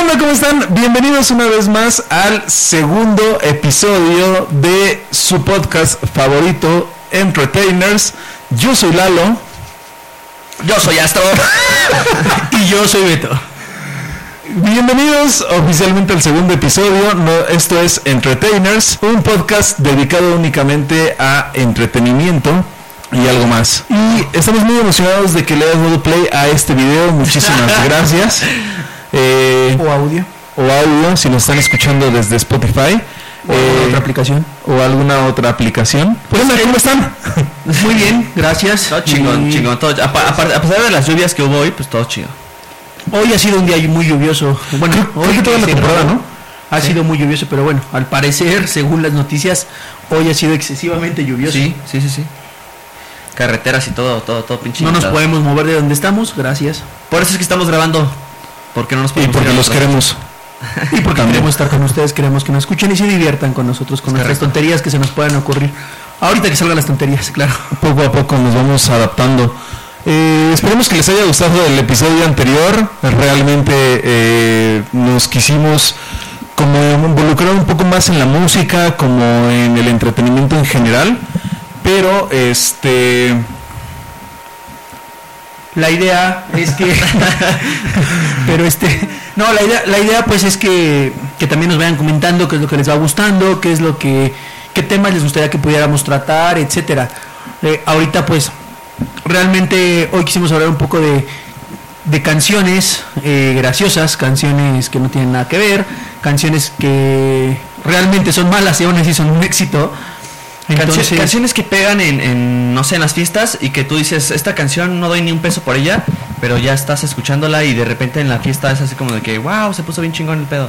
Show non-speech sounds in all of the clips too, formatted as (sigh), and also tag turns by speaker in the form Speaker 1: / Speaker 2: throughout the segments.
Speaker 1: onda? ¿Cómo están? Bienvenidos una vez más al segundo episodio de su podcast favorito, Entertainers. Yo soy Lalo.
Speaker 2: Yo
Speaker 1: (laughs)
Speaker 2: soy Astro.
Speaker 3: y yo soy Beto.
Speaker 1: Bienvenidos oficialmente al segundo episodio. No, esto es Entertainers, un podcast dedicado únicamente a entretenimiento y algo más. Y estamos muy emocionados de que le hayas dado play a este video.
Speaker 2: (laughs)
Speaker 1: Muchísimas gracias. Eh,
Speaker 3: O audio.
Speaker 1: o audio, si nos están escuchando desde Spotify.
Speaker 3: O
Speaker 1: eh,
Speaker 3: otra aplicación. Pues,
Speaker 1: o alguna otra aplicación. Pues, ¿Qué onda? ¿Cómo están?
Speaker 3: Muy bien, gracias.
Speaker 2: Todo chingón,
Speaker 3: Y
Speaker 2: chingón. todo- a, pa- a par- a pesar de las lluvias que hubo hoy, pues todo chido.
Speaker 3: Hoy ha sido un día muy lluvioso. Bueno,
Speaker 1: Creo- creo
Speaker 3: hoy
Speaker 1: que toda la
Speaker 3: sí,
Speaker 1: temporada, ¿no?
Speaker 3: Ha sido muy lluvioso, pero bueno, al parecer, según las noticias, hoy ha sido excesivamente lluvioso.
Speaker 2: Sí, sí, sí, sí. Carreteras y todo, todo, todo pinche.
Speaker 3: No nos
Speaker 2: inundado.
Speaker 3: podemos mover de donde estamos, gracias.
Speaker 2: Por eso es que estamos grabando. Porque no nos
Speaker 1: Y
Speaker 2: podemos
Speaker 1: porque
Speaker 2: ir a
Speaker 1: los
Speaker 2: otro-
Speaker 1: queremos.
Speaker 3: Pues, (laughs) Y porque queremos estar con ustedes, queremos que nos escuchen y se diviertan con nosotros, con nuestras
Speaker 2: correcto.
Speaker 3: tonterías que se nos puedan ocurrir. Ahorita que salgan las tonterías, claro.
Speaker 1: Poco a poco nos vamos adaptando. Eh, esperemos que les haya gustado el episodio anterior. Realmente eh, nos quisimos como involucrar un poco más en la música, como en el entretenimiento en general. Pero este
Speaker 3: La idea es que. pero este. No, la idea, la idea pues es que, que también nos vayan comentando qué es lo que les va gustando, qué es lo que. qué temas les gustaría que pudiéramos tratar, etcétera. Eh, ahorita pues. Realmente hoy quisimos hablar un poco de, de canciones eh, graciosas, canciones que no tienen nada que ver, canciones que realmente son malas y aún así son un éxito.
Speaker 2: Cancio-
Speaker 3: Entonces,
Speaker 2: canciones que pegan en, en, no sé, en las fiestas y que tú dices, esta canción no doy ni un peso por ella, pero ya estás escuchándola y de repente en la fiesta es así como de que, wow, se puso bien chingón el pedo.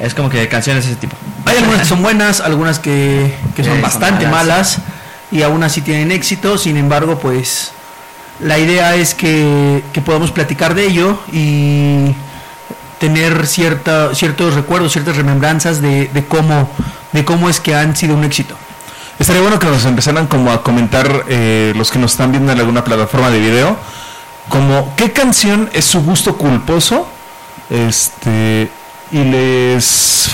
Speaker 2: Es como que canciones de ese tipo.
Speaker 3: Hay algunas que son buenas, algunas que, que
Speaker 2: Eh,
Speaker 3: son
Speaker 2: son
Speaker 3: bastante
Speaker 2: malas.
Speaker 3: malas. y aún así tienen éxito. Sin embargo, pues la idea es que, que podamos platicar de ello y tener cierta, ciertos recuerdos, ciertas remembranzas de, de cómo, de cómo es que han sido un éxito.
Speaker 1: Estaría bueno que nos empezaran como a comentar eh, los que nos están viendo en alguna plataforma de video, como qué canción es su gusto culposo, este, y les,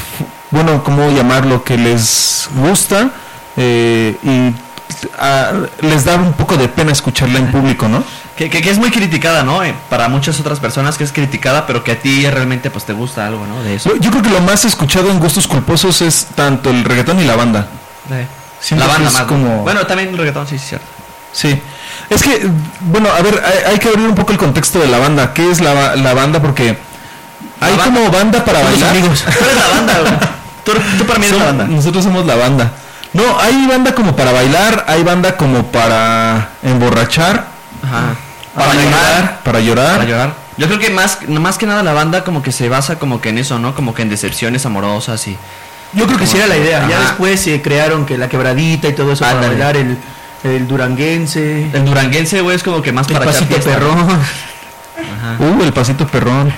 Speaker 1: bueno, cómo llamarlo, que les gusta eh, y ah, les da un poco de pena escucharla en público, ¿no?
Speaker 2: Que, que, que es muy criticada, ¿no? Eh, Para muchas otras personas que es criticada, pero que a ti realmente pues te gusta algo, ¿no? De eso.
Speaker 1: Yo, yo creo que lo más escuchado en gustos culposos es tanto el reggaetón y la banda.
Speaker 2: Eh,
Speaker 1: Siento
Speaker 2: La
Speaker 1: que
Speaker 2: banda
Speaker 1: es
Speaker 2: más. ¿no?
Speaker 1: como-
Speaker 2: Bueno, también el reggaetón, sí, sí, cierto.
Speaker 1: Sí. Es que, bueno, a ver, hay, hay que abrir un poco el contexto de la banda. ¿Qué es la, ba- la banda? Porque hay
Speaker 2: La ba-
Speaker 1: como banda para
Speaker 3: Los
Speaker 1: bailar.
Speaker 3: amigos.
Speaker 2: Tú eres la banda, güey. Tú, tú para mí eres
Speaker 1: Som-
Speaker 2: la banda.
Speaker 1: Nosotros somos la banda. No, hay banda como para bailar, hay banda como para emborrachar,
Speaker 2: Ajá.
Speaker 1: para, llorar, para llorar.
Speaker 2: Para llorar. Yo creo que más, más que nada la banda como que se basa como que en eso, ¿no? Como que en decepciones amorosas y...
Speaker 3: Yo creo que sí era la idea. Ya
Speaker 2: Ajá.
Speaker 3: después se crearon que la quebradita y todo eso para
Speaker 2: Ándale.
Speaker 3: bailar, el, el duranguense,
Speaker 2: El duranguense, güey, es como que más
Speaker 3: el
Speaker 2: para
Speaker 3: pasito
Speaker 2: fiesta.
Speaker 3: perrón.
Speaker 2: Ajá.
Speaker 1: Uh, el pasito perrón.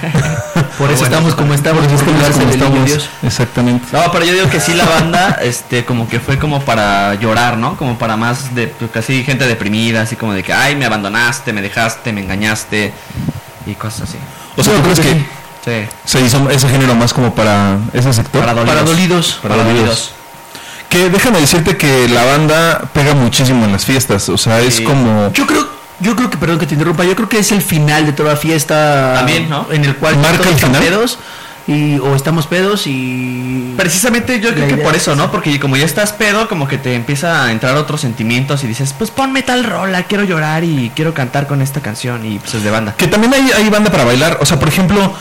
Speaker 3: Por eso
Speaker 2: bueno,
Speaker 3: estamos
Speaker 2: eso
Speaker 3: como estamos,
Speaker 1: Por eso es que
Speaker 3: por
Speaker 1: nos-
Speaker 3: cuidarse
Speaker 1: como
Speaker 3: del niño
Speaker 1: estamos.
Speaker 3: Dios.
Speaker 1: Exactamente.
Speaker 2: No, pero yo digo que sí la banda, (laughs) este, como que fue como para llorar, ¿no? Como para más de, pues, casi gente deprimida, así como de que, ay, me abandonaste, me dejaste, me engañaste y cosas así.
Speaker 1: O sea, ¿tú crees que
Speaker 2: Sí.
Speaker 1: se hizo ese género más como para ese sector?
Speaker 2: Para dolidos.
Speaker 3: Para dolidos.
Speaker 2: Para
Speaker 1: Para
Speaker 2: dolidos.
Speaker 1: Que déjame decirte que la banda pega muchísimo en las fiestas. O sea, es
Speaker 2: Sí.
Speaker 1: como...
Speaker 3: Yo creo, yo creo que, perdón que te interrumpa, yo creo que es el final de toda fiesta.
Speaker 2: También, ¿no?
Speaker 3: En el cual
Speaker 1: Marca
Speaker 3: todos
Speaker 1: el
Speaker 3: están
Speaker 1: final.
Speaker 3: pedos y, o estamos pedos y.
Speaker 2: Precisamente yo
Speaker 3: La
Speaker 2: creo que
Speaker 3: idea
Speaker 2: por
Speaker 3: es
Speaker 2: eso, ¿no? Porque como ya estás pedo, como que te empieza a entrar otros sentimientos y dices, pues ponme tal rola, quiero llorar y quiero cantar con esta canción y pues es de banda.
Speaker 1: Que también hay, hay banda para bailar. O sea, por ejemplo,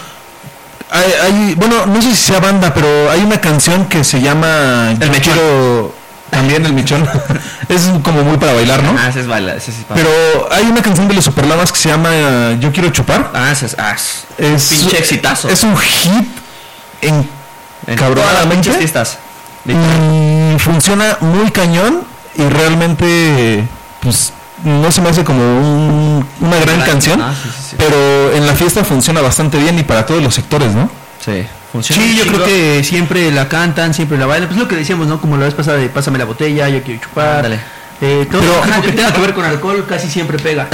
Speaker 1: hay, hay- bueno, no sé si sea banda, pero hay una canción que se llama
Speaker 2: El
Speaker 1: Yo
Speaker 2: Mechón.
Speaker 1: quiero- también el mechón. (laughs) es como muy para bailar, ¿no?
Speaker 2: Ah, ese es baila, ese sí es pa-
Speaker 1: Pero hay una canción de los Superlamas que se llama eh, Yo quiero chupar.
Speaker 2: Ah, ese es, ah, es
Speaker 1: Es
Speaker 2: pinche exitazo.
Speaker 1: Es un hit en
Speaker 2: en
Speaker 1: cabrón,
Speaker 2: todas las
Speaker 1: ¿mente?
Speaker 2: pinches fiestas.
Speaker 3: Mm.
Speaker 1: y funciona muy cañón y realmente pues no se me hace como un- una gran
Speaker 2: Gran-
Speaker 1: canción,
Speaker 2: ah, sí, sí, sí.
Speaker 1: pero en la fiesta funciona bastante bien y para todos los sectores, ¿no?
Speaker 2: Sí, funciona.
Speaker 3: Sí,
Speaker 2: un
Speaker 3: yo
Speaker 2: chingo.
Speaker 3: creo que siempre la cantan, siempre la bailan. Pues lo que decíamos, ¿no? Como la vez pasada de pásame la botella, yo quiero chupar.
Speaker 2: Ándale.
Speaker 3: Eh, todo
Speaker 1: Pero-
Speaker 3: lo que tenga que ver con alcohol casi siempre pega.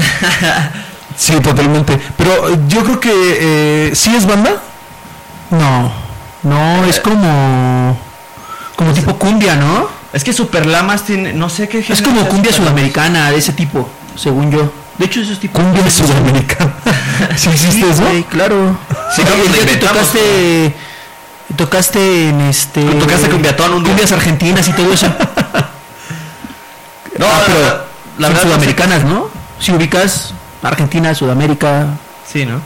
Speaker 1: Sí, totalmente. Pero eh, yo creo que eh, sí es banda. Eh,
Speaker 3: No, no, es como. Como tipo cumbia, ¿no?
Speaker 2: (laughs) Es que Superlamas tiene, no sé qué
Speaker 3: Es
Speaker 2: género
Speaker 3: como
Speaker 2: sea
Speaker 3: cumbia
Speaker 2: Superlamas.
Speaker 3: sudamericana de ese tipo, según yo. De hecho, esos tipos.
Speaker 1: Cumbia
Speaker 3: (laughs)
Speaker 1: sudamericana. ¿Sí existe eso?
Speaker 3: Sí, claro.
Speaker 2: Sí,
Speaker 3: Sí,
Speaker 2: creo que lo
Speaker 3: que
Speaker 2: inventamos,
Speaker 3: tocaste. Tocaste en este.
Speaker 2: Tocaste cumbiatón un día.
Speaker 3: Cumbias argentinas y todo eso.
Speaker 2: No,
Speaker 3: Ah,
Speaker 2: pero
Speaker 3: pero
Speaker 2: la
Speaker 3: son
Speaker 2: verdad
Speaker 3: sudamericanas, ¿no? Si ubicas Argentina, Sudamérica.
Speaker 2: Sí, ¿no?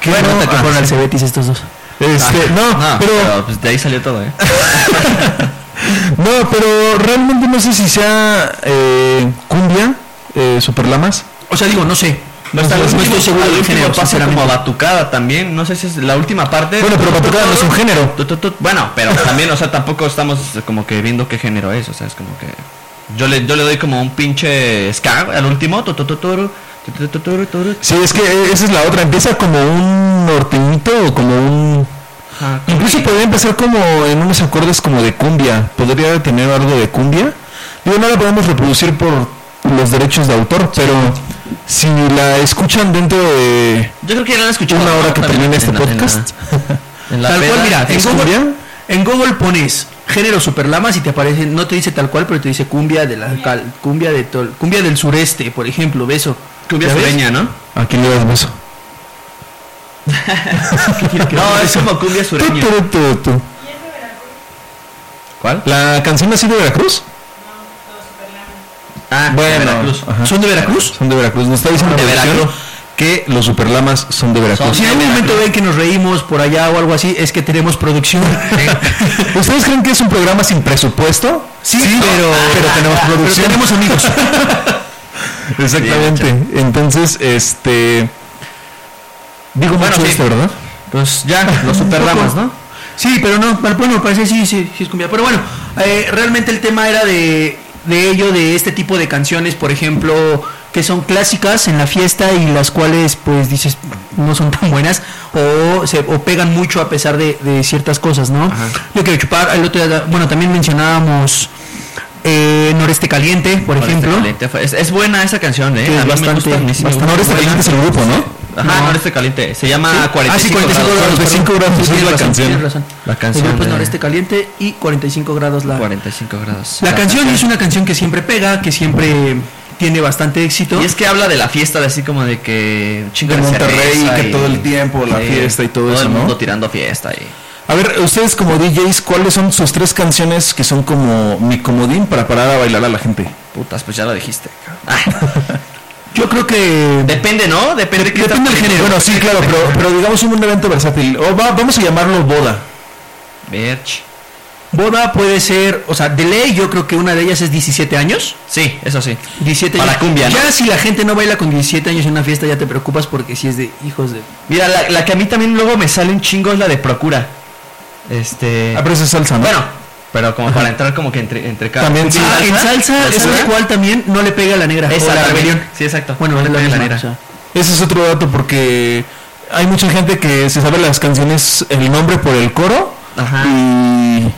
Speaker 1: ¿Qué
Speaker 3: Bueno,
Speaker 1: no?
Speaker 3: que
Speaker 1: Ah,
Speaker 3: fueron al
Speaker 1: sí.
Speaker 3: Cebetis estos dos.
Speaker 1: Este, no,
Speaker 2: Ah,
Speaker 1: pero,
Speaker 2: pues de ahí salió todo, ¿eh?
Speaker 1: no, pero realmente no sé si sea eh, cumbia, eh, superlamas.
Speaker 3: O sea, digo, no sé.
Speaker 1: No
Speaker 3: No,
Speaker 1: está-
Speaker 3: no
Speaker 1: al
Speaker 3: estoy
Speaker 1: último-
Speaker 3: seguro
Speaker 2: el
Speaker 3: del
Speaker 2: último
Speaker 3: género,
Speaker 2: pasa como
Speaker 3: sinceramente.
Speaker 2: a batucada también, no sé si es la última parte.
Speaker 1: Bueno, pero batucada no es un género.
Speaker 2: Tu, tu, tu, Bueno, pero también, o sea, tampoco estamos como que viendo qué género es, o sea, es como que yo le yo le doy como un pinche ska al último, tu, tu, tu, turu, tu, tu, tu, turu, turu.
Speaker 1: Sí, es que eh, esa es la otra. Empieza como un norteñito o como un...
Speaker 2: Ajá, como
Speaker 1: Incluso
Speaker 2: que-
Speaker 1: podría empezar como en unos acordes como de cumbia. Podría tener algo de cumbia. Digo, no la podemos reproducir por los derechos de autor, pero si la escuchan dentro de
Speaker 2: Yo creo que ya lo han escuchado.
Speaker 1: una
Speaker 2: ¿no?
Speaker 1: hora que
Speaker 2: También
Speaker 1: termine este
Speaker 2: en la- en la-
Speaker 1: podcast... (laughs)
Speaker 2: en la
Speaker 3: Tal cual,
Speaker 2: peda.
Speaker 3: mira, en
Speaker 1: ¿Es
Speaker 3: Google,
Speaker 1: cumbia?
Speaker 3: en Google pones género superlamas y te aparece, no te dice tal cual, pero te dice cumbia de la cal- cumbia de tol- cumbia del sureste, por ejemplo, beso.
Speaker 2: Cumbia
Speaker 3: ¿Ya ves?
Speaker 2: sureña, ¿no?
Speaker 1: ¿A quién le das beso?
Speaker 3: (laughs)
Speaker 2: No, es (laughs) como cumbia sureña.
Speaker 1: Tu, tu, tu, tu.
Speaker 2: ¿Cuál?
Speaker 1: ¿La canción ha sido de Veracruz?
Speaker 2: Ah, de Veracruz.
Speaker 1: ajá.
Speaker 3: ¿Son de Veracruz?
Speaker 1: Son de Veracruz. Nos está diciendo
Speaker 2: De
Speaker 1: la producción
Speaker 2: Veracruz.
Speaker 1: que los superlamas son de Veracruz.
Speaker 2: Son.
Speaker 3: Si en algún momento ven que nos reímos por allá o algo así, es que tenemos producción.
Speaker 1: (laughs)
Speaker 3: (laughs)
Speaker 1: ¿Ustedes creen que es un programa sin presupuesto?
Speaker 3: Sí,
Speaker 1: pero, pero tenemos
Speaker 3: Pero
Speaker 1: producción. (laughs)
Speaker 3: tenemos amigos.
Speaker 1: Exactamente. Entonces, este. Digo
Speaker 2: Bueno,
Speaker 1: mucho
Speaker 2: sí.
Speaker 1: esto, ¿verdad?
Speaker 2: Pues
Speaker 3: (laughs)
Speaker 2: ya, los superlamas, ¿no?
Speaker 3: Sí, pero no, pero bueno, parece sí, sí, sí es cumbia. Pero bueno, eh, realmente el tema era de, de ello, de este tipo de canciones, por ejemplo, que son clásicas en la fiesta y las cuales, pues dices, no son tan buenas o, se, o pegan mucho a pesar de, de ciertas cosas, ¿no?
Speaker 2: Ajá.
Speaker 3: Yo quiero chupar, el otro día, bueno, también mencionábamos eh, Noreste Caliente, por
Speaker 2: Noreste
Speaker 3: ejemplo.
Speaker 2: Caliente fue- Es, es buena esa canción, ¿eh?
Speaker 3: Sí,
Speaker 2: a mí
Speaker 3: bastante,
Speaker 2: me gusta. a mí sí me
Speaker 1: Hasta
Speaker 2: gusta.
Speaker 1: ahora este caliente es el grupo, ¿no?
Speaker 2: Ajá,
Speaker 3: No.
Speaker 2: Noreste Caliente. Se llama 45,
Speaker 1: Ah, sí, 45
Speaker 2: grados.
Speaker 1: grados. 45 grados
Speaker 3: Sí,
Speaker 1: es
Speaker 3: tienes
Speaker 1: la
Speaker 3: razón,
Speaker 1: canción.
Speaker 3: tienes razón.
Speaker 2: La canción
Speaker 3: El grupo es
Speaker 2: de-
Speaker 3: Noreste Caliente y 45 grados la,
Speaker 2: 45 grados.
Speaker 3: La canción es una canción que siempre pega, que siempre tiene bastante éxito.
Speaker 2: Y es que habla de la fiesta, de así como de que... chingo
Speaker 1: De Monterrey,
Speaker 2: cerveza
Speaker 1: que todo el tiempo, la fiesta y todo eso,
Speaker 2: el
Speaker 1: ¿no?
Speaker 2: mundo tirando fiesta y...
Speaker 1: A ver, ustedes como DJs, ¿cuáles son sus tres canciones que son como mi comodín para parar a bailar a la gente?
Speaker 2: Putas, pues ya lo dijiste. cabrón. Ah,
Speaker 3: yo creo que
Speaker 2: depende, ¿no? Depende qué
Speaker 1: Depende del
Speaker 2: tan-
Speaker 1: género. Bueno, sí, claro, pero, pero digamos un evento versátil. O va- vamos a llamarlo boda.
Speaker 2: Verge.
Speaker 3: boda puede ser, o sea, de ley yo creo que una de ellas es 17 años.
Speaker 2: Sí, eso sí.
Speaker 3: 17
Speaker 2: Para
Speaker 3: años.
Speaker 2: cumbia, ¿no?
Speaker 3: Ya si la gente no baila con 17 años en una fiesta ya te preocupas porque si es de hijos de...
Speaker 2: Mira, la, la que a mí también luego me sale un chingo es la de Procura. Este...
Speaker 1: Ah, pero eso es salsa, ¿no?
Speaker 2: Bueno, pero como para entrar como que entre, entre cada-
Speaker 1: También sí.
Speaker 3: Ah, en salsa,
Speaker 2: ¿La
Speaker 3: es
Speaker 2: salsa?
Speaker 3: cual también no le pega a la negra
Speaker 2: Esa
Speaker 3: o la
Speaker 2: también.
Speaker 3: rebelión.
Speaker 2: Sí, exacto.
Speaker 3: Bueno,
Speaker 2: No
Speaker 3: es
Speaker 2: le
Speaker 3: la
Speaker 2: pega a la
Speaker 3: misma,
Speaker 2: negra.
Speaker 3: o sea.
Speaker 1: Ese es otro dato porque hay mucha gente que se sabe las canciones, el nombre por el coro
Speaker 2: Ajá.
Speaker 1: y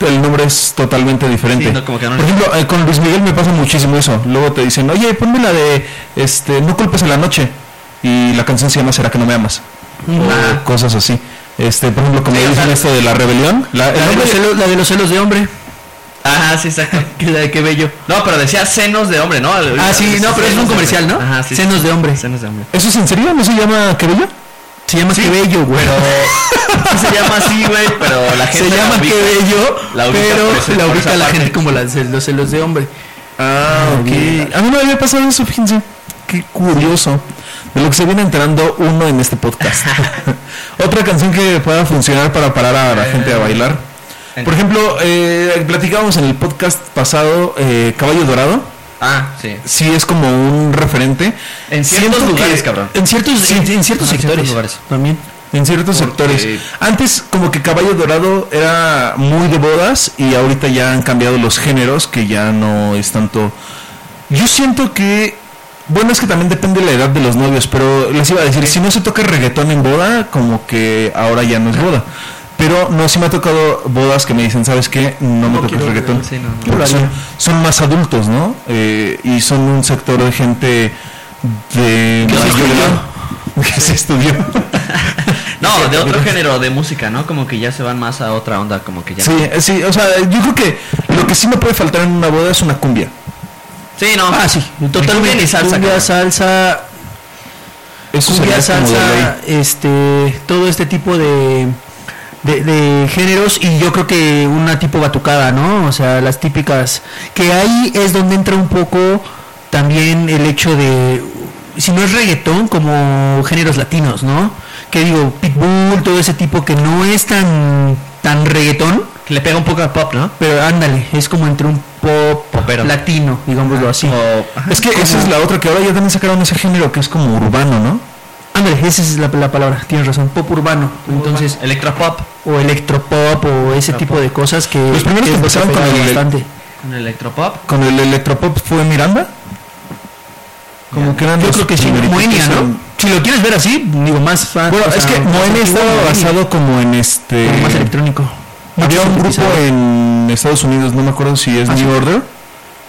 Speaker 1: el nombre es totalmente diferente.
Speaker 2: Sí, no, como que no-
Speaker 1: por ejemplo, eh, con Luis Miguel me pasa muchísimo eso. Luego te dicen, oye, ponme la de este, No culpes a la noche y la canción se llama Será que no me amas
Speaker 2: Ah.
Speaker 1: o cosas así. Este, por ejemplo, como
Speaker 2: Sí, o
Speaker 1: dicen
Speaker 2: sea,
Speaker 1: esto de la rebelión, la- el
Speaker 3: La de,
Speaker 1: nombre
Speaker 3: los celos, la de los celos de hombre.
Speaker 2: Ajá, sí, exacto.
Speaker 3: (laughs) Qué, qué bello.
Speaker 2: No, pero decía senos de hombre, ¿no?
Speaker 3: Ah, sí, no, pero es un comercial, ¿no?
Speaker 2: Ajá, sí.
Speaker 3: Senos de hombre.
Speaker 2: Senos de hombre.
Speaker 1: ¿Eso es en serio? ¿No se llama Qué Bello?
Speaker 3: Se llama Qué Bello, güey.
Speaker 2: Sí se llama así, güey, pero la
Speaker 3: Se
Speaker 2: gente la
Speaker 3: llama
Speaker 2: ubica.
Speaker 3: Qué Bello,
Speaker 2: La ubica por ese-
Speaker 3: pero la
Speaker 2: por
Speaker 3: ubica
Speaker 2: esa
Speaker 3: la
Speaker 2: parte.
Speaker 3: gente como las, los celos de hombre.
Speaker 1: Ah, ok. A mí no me había pasado eso, fíjense. Qué curioso. De lo que se viene enterando uno en este (laughs) podcast. Otra canción que pueda funcionar para parar a la gente a bailar. Por ejemplo, eh, platicábamos en el podcast pasado eh, Caballo Dorado.
Speaker 2: Ah, sí.
Speaker 1: Sí es como un referente.
Speaker 2: En ciertos
Speaker 1: Siento que-
Speaker 2: lugares, cabrón.
Speaker 1: En ciertos, en, en ciertos
Speaker 2: Ajá, en ciertos
Speaker 1: sectores.
Speaker 2: lugares.
Speaker 1: También. En ciertos
Speaker 2: Porque-
Speaker 1: sectores. Antes como que Caballo Dorado era muy de bodas y ahorita ya han cambiado los géneros que ya no es tanto... Yo siento que... Bueno, es que también depende de la edad de los novios, pero les iba a decir, si no se toca reggaetón en boda, como que ahora ya no es boda. Pero no, si me ha tocado bodas que me dicen, ¿sabes qué? No, me toques
Speaker 2: quiero
Speaker 1: reggaetón.
Speaker 2: reggaetón, sí, no, no.
Speaker 1: Porque son, son más adultos, ¿no? Eh, y son un sector de gente de...
Speaker 2: se
Speaker 1: mayor (laughs)
Speaker 2: estudió.
Speaker 1: edad. Que se estudió.
Speaker 2: No, de otro género de música, ¿no? Como que ya se van más a otra onda, como que ya.
Speaker 1: Sí, eh, sí, o sea, yo creo que lo que sí me puede faltar en una boda es una cumbia.
Speaker 2: Sí, no.
Speaker 3: Ah, sí,
Speaker 2: Cumbia
Speaker 3: totalmente.
Speaker 2: ni salsa,
Speaker 3: Cumbia,
Speaker 2: cabrón.
Speaker 3: salsa,
Speaker 1: Eso
Speaker 3: cumbia,
Speaker 1: sería como de ley.
Speaker 3: salsa, este, todo este tipo de, de, de géneros y yo creo que una tipo batucada, ¿no? O sea, las típicas, que ahí es donde entra un poco también el hecho de, si no es reggaetón, como géneros latinos, ¿no? Que digo, pitbull, todo ese tipo que no es tan, tan reggaetón,
Speaker 2: Que le pega un poco a pop, ¿no?
Speaker 3: pero ándale, es como entre un pop
Speaker 2: Popero.
Speaker 3: latino,
Speaker 1: Ah,
Speaker 3: digámoslo así.
Speaker 2: O- ajá.
Speaker 1: Es que esa es la otra, que ahora ya también sacaron ese género que es como urbano, ¿no?
Speaker 3: Ándale, esa es la, la palabra, tienes razón, pop urbano,
Speaker 2: Entonces,
Speaker 3: entonces,
Speaker 2: electropop.
Speaker 3: o electropop, o ese tipo de cosas que...
Speaker 1: Los primeros que
Speaker 3: es lo
Speaker 1: empezaron con
Speaker 3: pegaba
Speaker 1: el-
Speaker 3: bastante.
Speaker 2: Con electropop.
Speaker 1: Con el electropop fue Miranda. Como que eran
Speaker 3: Yo
Speaker 1: los
Speaker 3: creo que sí,
Speaker 1: primeritos
Speaker 3: Moenia,
Speaker 1: que
Speaker 3: ¿no?
Speaker 1: son-
Speaker 3: Si lo quieres ver así, digo, más fan.
Speaker 1: Bueno,
Speaker 3: o
Speaker 1: es
Speaker 3: sea,
Speaker 1: que
Speaker 3: más
Speaker 1: Moenia
Speaker 3: antiguo,
Speaker 1: estaba
Speaker 3: Moenia,
Speaker 1: basado como en este...
Speaker 3: como más electrónico.
Speaker 1: Había
Speaker 3: Mucho
Speaker 1: un grupo
Speaker 3: sintetizador.
Speaker 1: en Estados Unidos, no me acuerdo si es
Speaker 3: Ah, sí.
Speaker 1: New Order,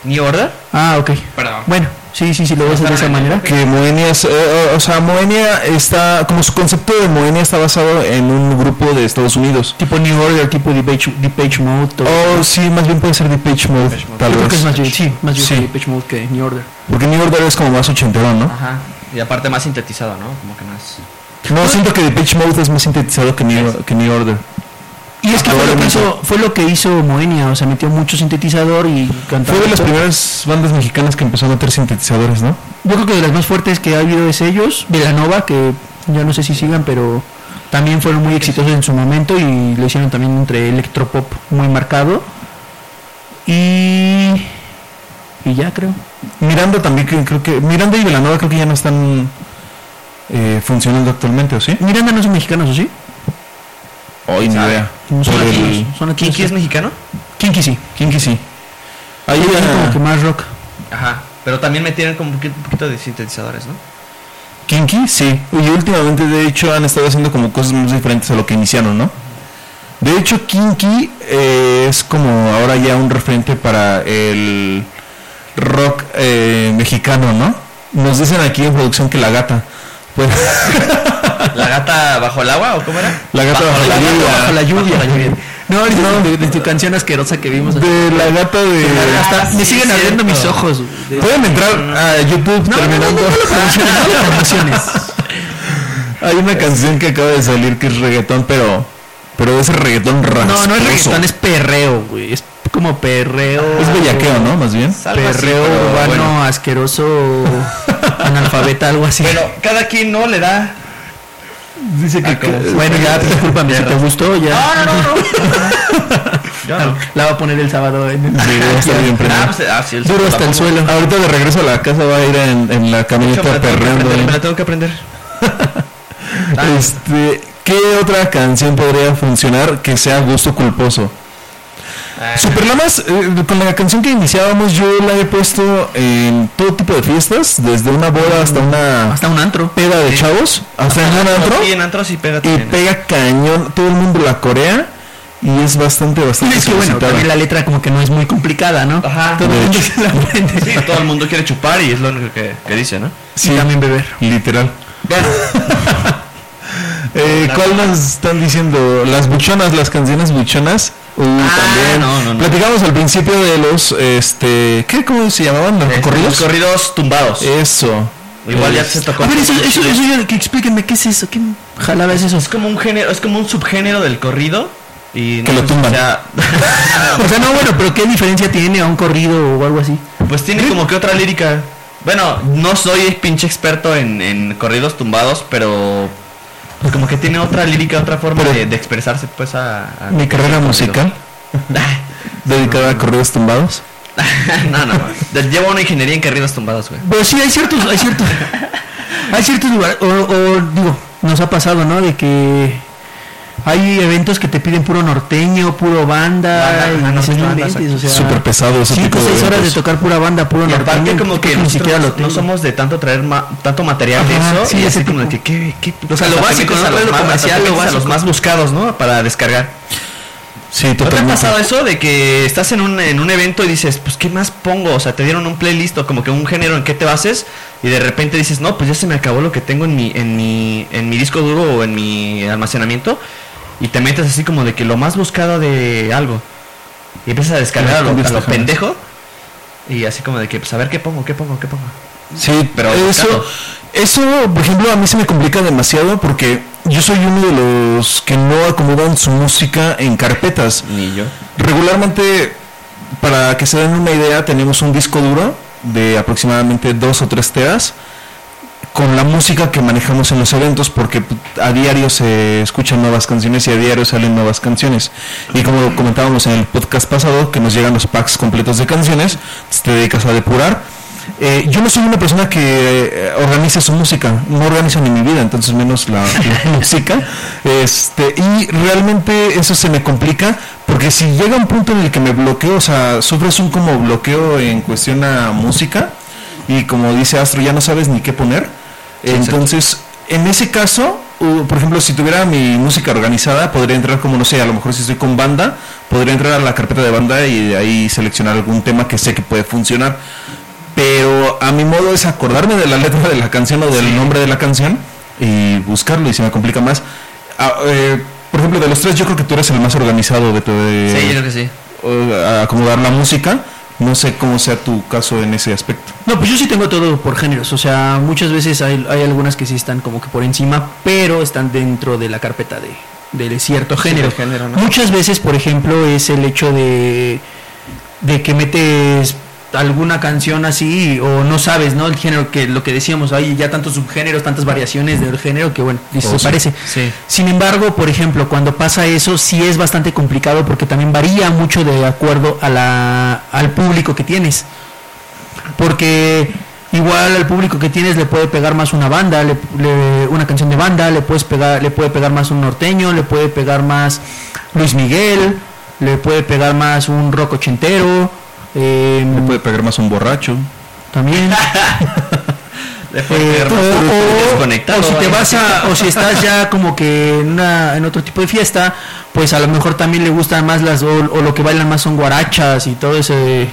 Speaker 2: New Order.
Speaker 3: Ah, ok.
Speaker 2: Perdón.
Speaker 3: Bueno, sí, sí, sí, lo ves de esa manera.
Speaker 1: que Moenia, es- eh, eh, o sea, Moenia está, como su concepto de Moenia está basado en un grupo de Estados Unidos.
Speaker 3: Tipo New Order, tipo Deep Page, Deep Page Mode. todo.
Speaker 1: O sí, más bien puede ser Depeche Mode,
Speaker 2: Mode.
Speaker 1: Oh, tal
Speaker 3: Yo creo que es
Speaker 1: vez.
Speaker 3: más yo- sí, Ah. más yo
Speaker 1: Sí.
Speaker 3: Deep Page Mode que New Order.
Speaker 1: Porque New Order es como más ochentero, ¿no?
Speaker 2: Ajá. Y aparte más sintetizado, ¿no? Como que más.
Speaker 1: No, siento que Depeche Mode es más sintetizado que New, que New Order.
Speaker 3: Y es que fue lo que,
Speaker 1: Probablemente.
Speaker 3: hizo, fue lo que hizo Moenia, o sea, metió mucho sintetizador y cantaba.
Speaker 1: Fue de las primeras bandas mexicanas que empezó a meter sintetizadores, ¿no?
Speaker 3: Yo creo que de las más fuertes que ha habido es ellos, Velanova, que yo no sé si sigan, pero también fueron muy exitosos en su momento y lo hicieron también entre electropop muy marcado. Y. Y ya creo.
Speaker 1: Miranda también que- creo que... Miranda y Velanova creo que ya no están eh, funcionando actualmente, ¿o sí?
Speaker 3: Miranda no son mexicanos, ¿o sí?
Speaker 1: Hoy ni idea.
Speaker 3: No son
Speaker 1: Por el...
Speaker 3: latinos, son latinos.
Speaker 2: ¿Kinky es mexicano?
Speaker 3: Kinky sí.
Speaker 1: Kinky sí. Hay
Speaker 3: Ahí como que
Speaker 1: una...
Speaker 3: más rock.
Speaker 2: Ajá. Pero también metieron como un poqu- un poquito de sintetizadores, ¿no?
Speaker 1: Kinky, sí. Y últimamente, de hecho, han estado haciendo como cosas muy diferentes a lo que iniciaron, ¿no? De hecho, Kinky eh, es como ahora ya un referente para el rock eh, mexicano, ¿no? Nos dicen aquí en producción que la gata. Pues, (laughs)
Speaker 2: ¿La gata bajo el agua o cómo era?
Speaker 1: La gata bajo la lluvia.
Speaker 3: Bajo la lluvia.
Speaker 2: Bajo la lluvia.
Speaker 3: No, no, de, de tu canción asquerosa que vimos.
Speaker 1: de la gata de...
Speaker 3: Hasta
Speaker 2: Ah,
Speaker 3: me
Speaker 2: sí,
Speaker 3: siguen
Speaker 2: es
Speaker 3: abriendo mis
Speaker 2: cierto.
Speaker 3: ojos. De-
Speaker 1: Pueden entrar a YouTube terminando.
Speaker 3: Promociones.
Speaker 1: Hay una canción que acaba de salir que es reggaetón, pero... Pero ese reggaetón
Speaker 3: No,
Speaker 1: rasposo.
Speaker 3: no es reggaetón, es perreo, güey. Es como perreo.
Speaker 1: Es bellaqueo, ¿no? Más bien.
Speaker 2: Algo así,
Speaker 3: Perreo
Speaker 2: pero
Speaker 3: urbano,
Speaker 2: bueno. (laughs)
Speaker 3: asqueroso, analfabeta, algo así. (laughs)
Speaker 2: Bueno, cada quien no le da.
Speaker 1: Dice
Speaker 2: que- que-
Speaker 3: Bueno, ya, discúlpame si
Speaker 2: Mierda.
Speaker 3: te gustó, ya.
Speaker 2: No, no, no, no. Yo no.
Speaker 3: (laughs) La va a poner el sábado en el
Speaker 1: Sí, debe estar bien
Speaker 2: Ah,
Speaker 1: prendido.
Speaker 2: pues, ah, sí, el
Speaker 3: Duro hasta el
Speaker 2: tampoco.
Speaker 3: suelo.
Speaker 1: Ahorita de regreso a la casa va a ir en, en la
Speaker 2: Yo me
Speaker 1: camioneta
Speaker 2: la tengo que
Speaker 1: perreando.
Speaker 2: aprender,
Speaker 1: ¿eh?
Speaker 2: me la tengo que aprender. Ah.
Speaker 1: Este, ¿Qué otra canción podría funcionar que sea gusto culposo?
Speaker 2: Ah.
Speaker 1: Superlamas, eh, con la canción que iniciábamos, yo la he puesto en todo tipo de fiestas, desde una boda hasta una
Speaker 3: Hasta
Speaker 2: (laughs)
Speaker 3: un antro.
Speaker 1: peda de chavos, hasta en un antro,
Speaker 2: Ah, Sí, en antro sí pega
Speaker 1: y
Speaker 2: también. ¿eh?
Speaker 1: pega cañón, todo el mundo la corea, y es bastante, bastante
Speaker 3: Es que bueno,
Speaker 1: solicitada.
Speaker 3: también la letra como que no es muy complicada, ¿no?
Speaker 2: Ajá.
Speaker 3: Todo el
Speaker 1: De
Speaker 3: mundo
Speaker 1: hecho.
Speaker 3: se (laughs) la aprende.
Speaker 2: Sí, todo el mundo quiere chupar y es lo único que, que dice, ¿no?
Speaker 1: Sí,
Speaker 3: Y también beber.
Speaker 2: (laughs)
Speaker 1: literal. Eh, ¿Cuál nos están diciendo? Las buchonas, las canciones buchonas. Uh,
Speaker 2: Ah,
Speaker 1: también.
Speaker 2: no, no, no.
Speaker 1: Platicamos al principio de los, este, ¿qué? ¿Cómo se llamaban?
Speaker 2: Este,
Speaker 1: ¿Narcocorridos?
Speaker 2: los corridos tumbados.
Speaker 1: Eso. Eh,
Speaker 2: Igual ya
Speaker 1: Es-
Speaker 2: se tocó.
Speaker 3: A ver, eso, eso, eso, ya- que explíquenme, ¿qué es eso? ¿Qué jalada es eso?
Speaker 2: Es como un género, es como un subgénero del corrido y
Speaker 1: Que lo
Speaker 2: sé,
Speaker 1: tumban.
Speaker 2: O sea,
Speaker 1: (laughs)
Speaker 2: Ah.
Speaker 3: O sea, no, bueno, pero ¿qué diferencia tiene a un corrido o algo así?
Speaker 2: pues tiene como que otra lírica. Bueno, no soy pinche experto en, en corridos tumbados, pero pues como que tiene otra lírica, otra forma
Speaker 1: Pero-
Speaker 2: de, de expresarse pues a, a-
Speaker 1: Mi carrera musical dedicada a corridos tumbados.
Speaker 2: (laughs) no, no, no. Llevo una ingeniería en corridos tumbados, güey.
Speaker 3: Pero Pues sí, hay ciertos, hay ciertos, hay ciertos lugares, o, o, digo, nos ha pasado, ¿no? De que hay eventos que te piden puro norteño, puro banda,
Speaker 2: Banda,
Speaker 3: y
Speaker 2: ajá, no,
Speaker 3: dices, no
Speaker 2: banda,
Speaker 3: inventes, o sea,
Speaker 1: Súper pesado ese tipo
Speaker 3: cinco o
Speaker 1: de
Speaker 3: seis horas de
Speaker 1: eventos.
Speaker 3: tocar pura banda, puro
Speaker 2: Y aparte
Speaker 3: norteño,
Speaker 2: como
Speaker 3: creo
Speaker 2: que
Speaker 3: ni
Speaker 2: nosotros
Speaker 3: siquiera lo
Speaker 2: no
Speaker 3: tengo.
Speaker 2: somos de tanto traer ma- tanto material de
Speaker 3: Ajá,
Speaker 2: eso
Speaker 3: sí,
Speaker 2: y
Speaker 3: ese
Speaker 2: así como
Speaker 3: tipo.
Speaker 2: de que qué qué
Speaker 3: O sea, lo
Speaker 2: Hasta
Speaker 3: básico,
Speaker 2: metes
Speaker 3: ¿no?
Speaker 2: a los
Speaker 3: Lo
Speaker 2: más-
Speaker 3: comercial,
Speaker 2: hasta
Speaker 3: lo
Speaker 2: metes a los
Speaker 3: básico.
Speaker 2: más buscados, ¿no? Para descargar.
Speaker 1: Sí,
Speaker 2: ¿No te ha
Speaker 1: totalmente.
Speaker 2: pasado eso de que estás en un, en un evento y dices, pues, ¿qué más pongo? O sea, te dieron un playlist o como que un género en qué te bases y de repente dices, no, pues ya se me acabó lo que tengo en mi, en mi, en mi disco duro o en mi almacenamiento y te metes así como de que lo más buscado de algo y empiezas a descargar a lo, a lo pendejo y así como de que, pues, a ver qué pongo, qué pongo, qué pongo.
Speaker 1: Sí,
Speaker 2: Pero
Speaker 1: eso,
Speaker 2: claro.
Speaker 1: eso, por ejemplo, a mí se me complica demasiado porque yo soy uno de los que no acomodan su música en carpetas.
Speaker 2: Ni yo.
Speaker 1: Regularmente, para que se den una idea, tenemos un disco duro de aproximadamente dos o tres teras con la música que manejamos en los eventos porque pu- a diario se escuchan nuevas canciones y a diario salen nuevas canciones y como comentábamos en el podcast pasado que nos llegan los packs completos de canciones entonces te dedicas a depurar Eh, yo no soy una persona que eh, organiza su música no organizo ni mi vida entonces menos la, la música este y realmente eso se me complica porque si llega un punto en el que me bloqueo o sea sufres un como bloqueo en cuestión a música y como dice Astro, ya no sabes ni qué poner.
Speaker 2: exacto.
Speaker 1: Entonces, en ese caso, u- por ejemplo, si tuviera mi música organizada, podría entrar como, no sé, a lo mejor si estoy con banda, podría entrar a la carpeta de banda y de ahí seleccionar algún tema que sé que puede funcionar. Pero a mi modo es acordarme de la letra de la canción o del nombre de la canción y buscarlo y se me complica más. Ah, eh, por ejemplo, de los tres, yo creo que tú eres el más organizado de, tu de
Speaker 3: Eh,
Speaker 2: Sí, yo creo que sí.
Speaker 1: o- a acomodar la música. No sé cómo sea tu caso en ese aspecto.
Speaker 3: No, pues yo sí tengo todo por géneros. O sea, muchas veces hay, hay algunas que sí están como que por encima, pero están dentro de la carpeta de, de cierto género.
Speaker 2: del género, ¿no?
Speaker 3: Muchas veces, por ejemplo, es el hecho de, de que metes alguna canción así o no sabes, ¿no? El género que lo que decíamos, hay ya tantos subgéneros, tantas variaciones del género que bueno,
Speaker 1: Oh,
Speaker 3: se
Speaker 1: sí.
Speaker 3: parece.
Speaker 2: Sí.
Speaker 3: Sin embargo, por ejemplo, cuando pasa eso sí es bastante complicado porque también varía mucho de acuerdo a la, al público que tienes. Porque igual al público que tienes le puede pegar más una banda, le- le- una canción de banda, le puedes pegar, le puede pegar más un norteño, le puede pegar más Luis Miguel, le puede pegar más un rock ochentero, em,
Speaker 1: Me puede pegar más un borracho.
Speaker 3: también.
Speaker 2: Le puede
Speaker 3: Eh,
Speaker 2: pegar
Speaker 3: o,
Speaker 2: más duro porque
Speaker 3: o-
Speaker 2: estás conectado,
Speaker 3: o si te
Speaker 2: ahí.
Speaker 3: vas a, o si estás ya como que en, una- en otro tipo de fiesta, pues a lo mejor también le gustan más las o, o lo que bailan más son guarachas y todo ese
Speaker 1: Eso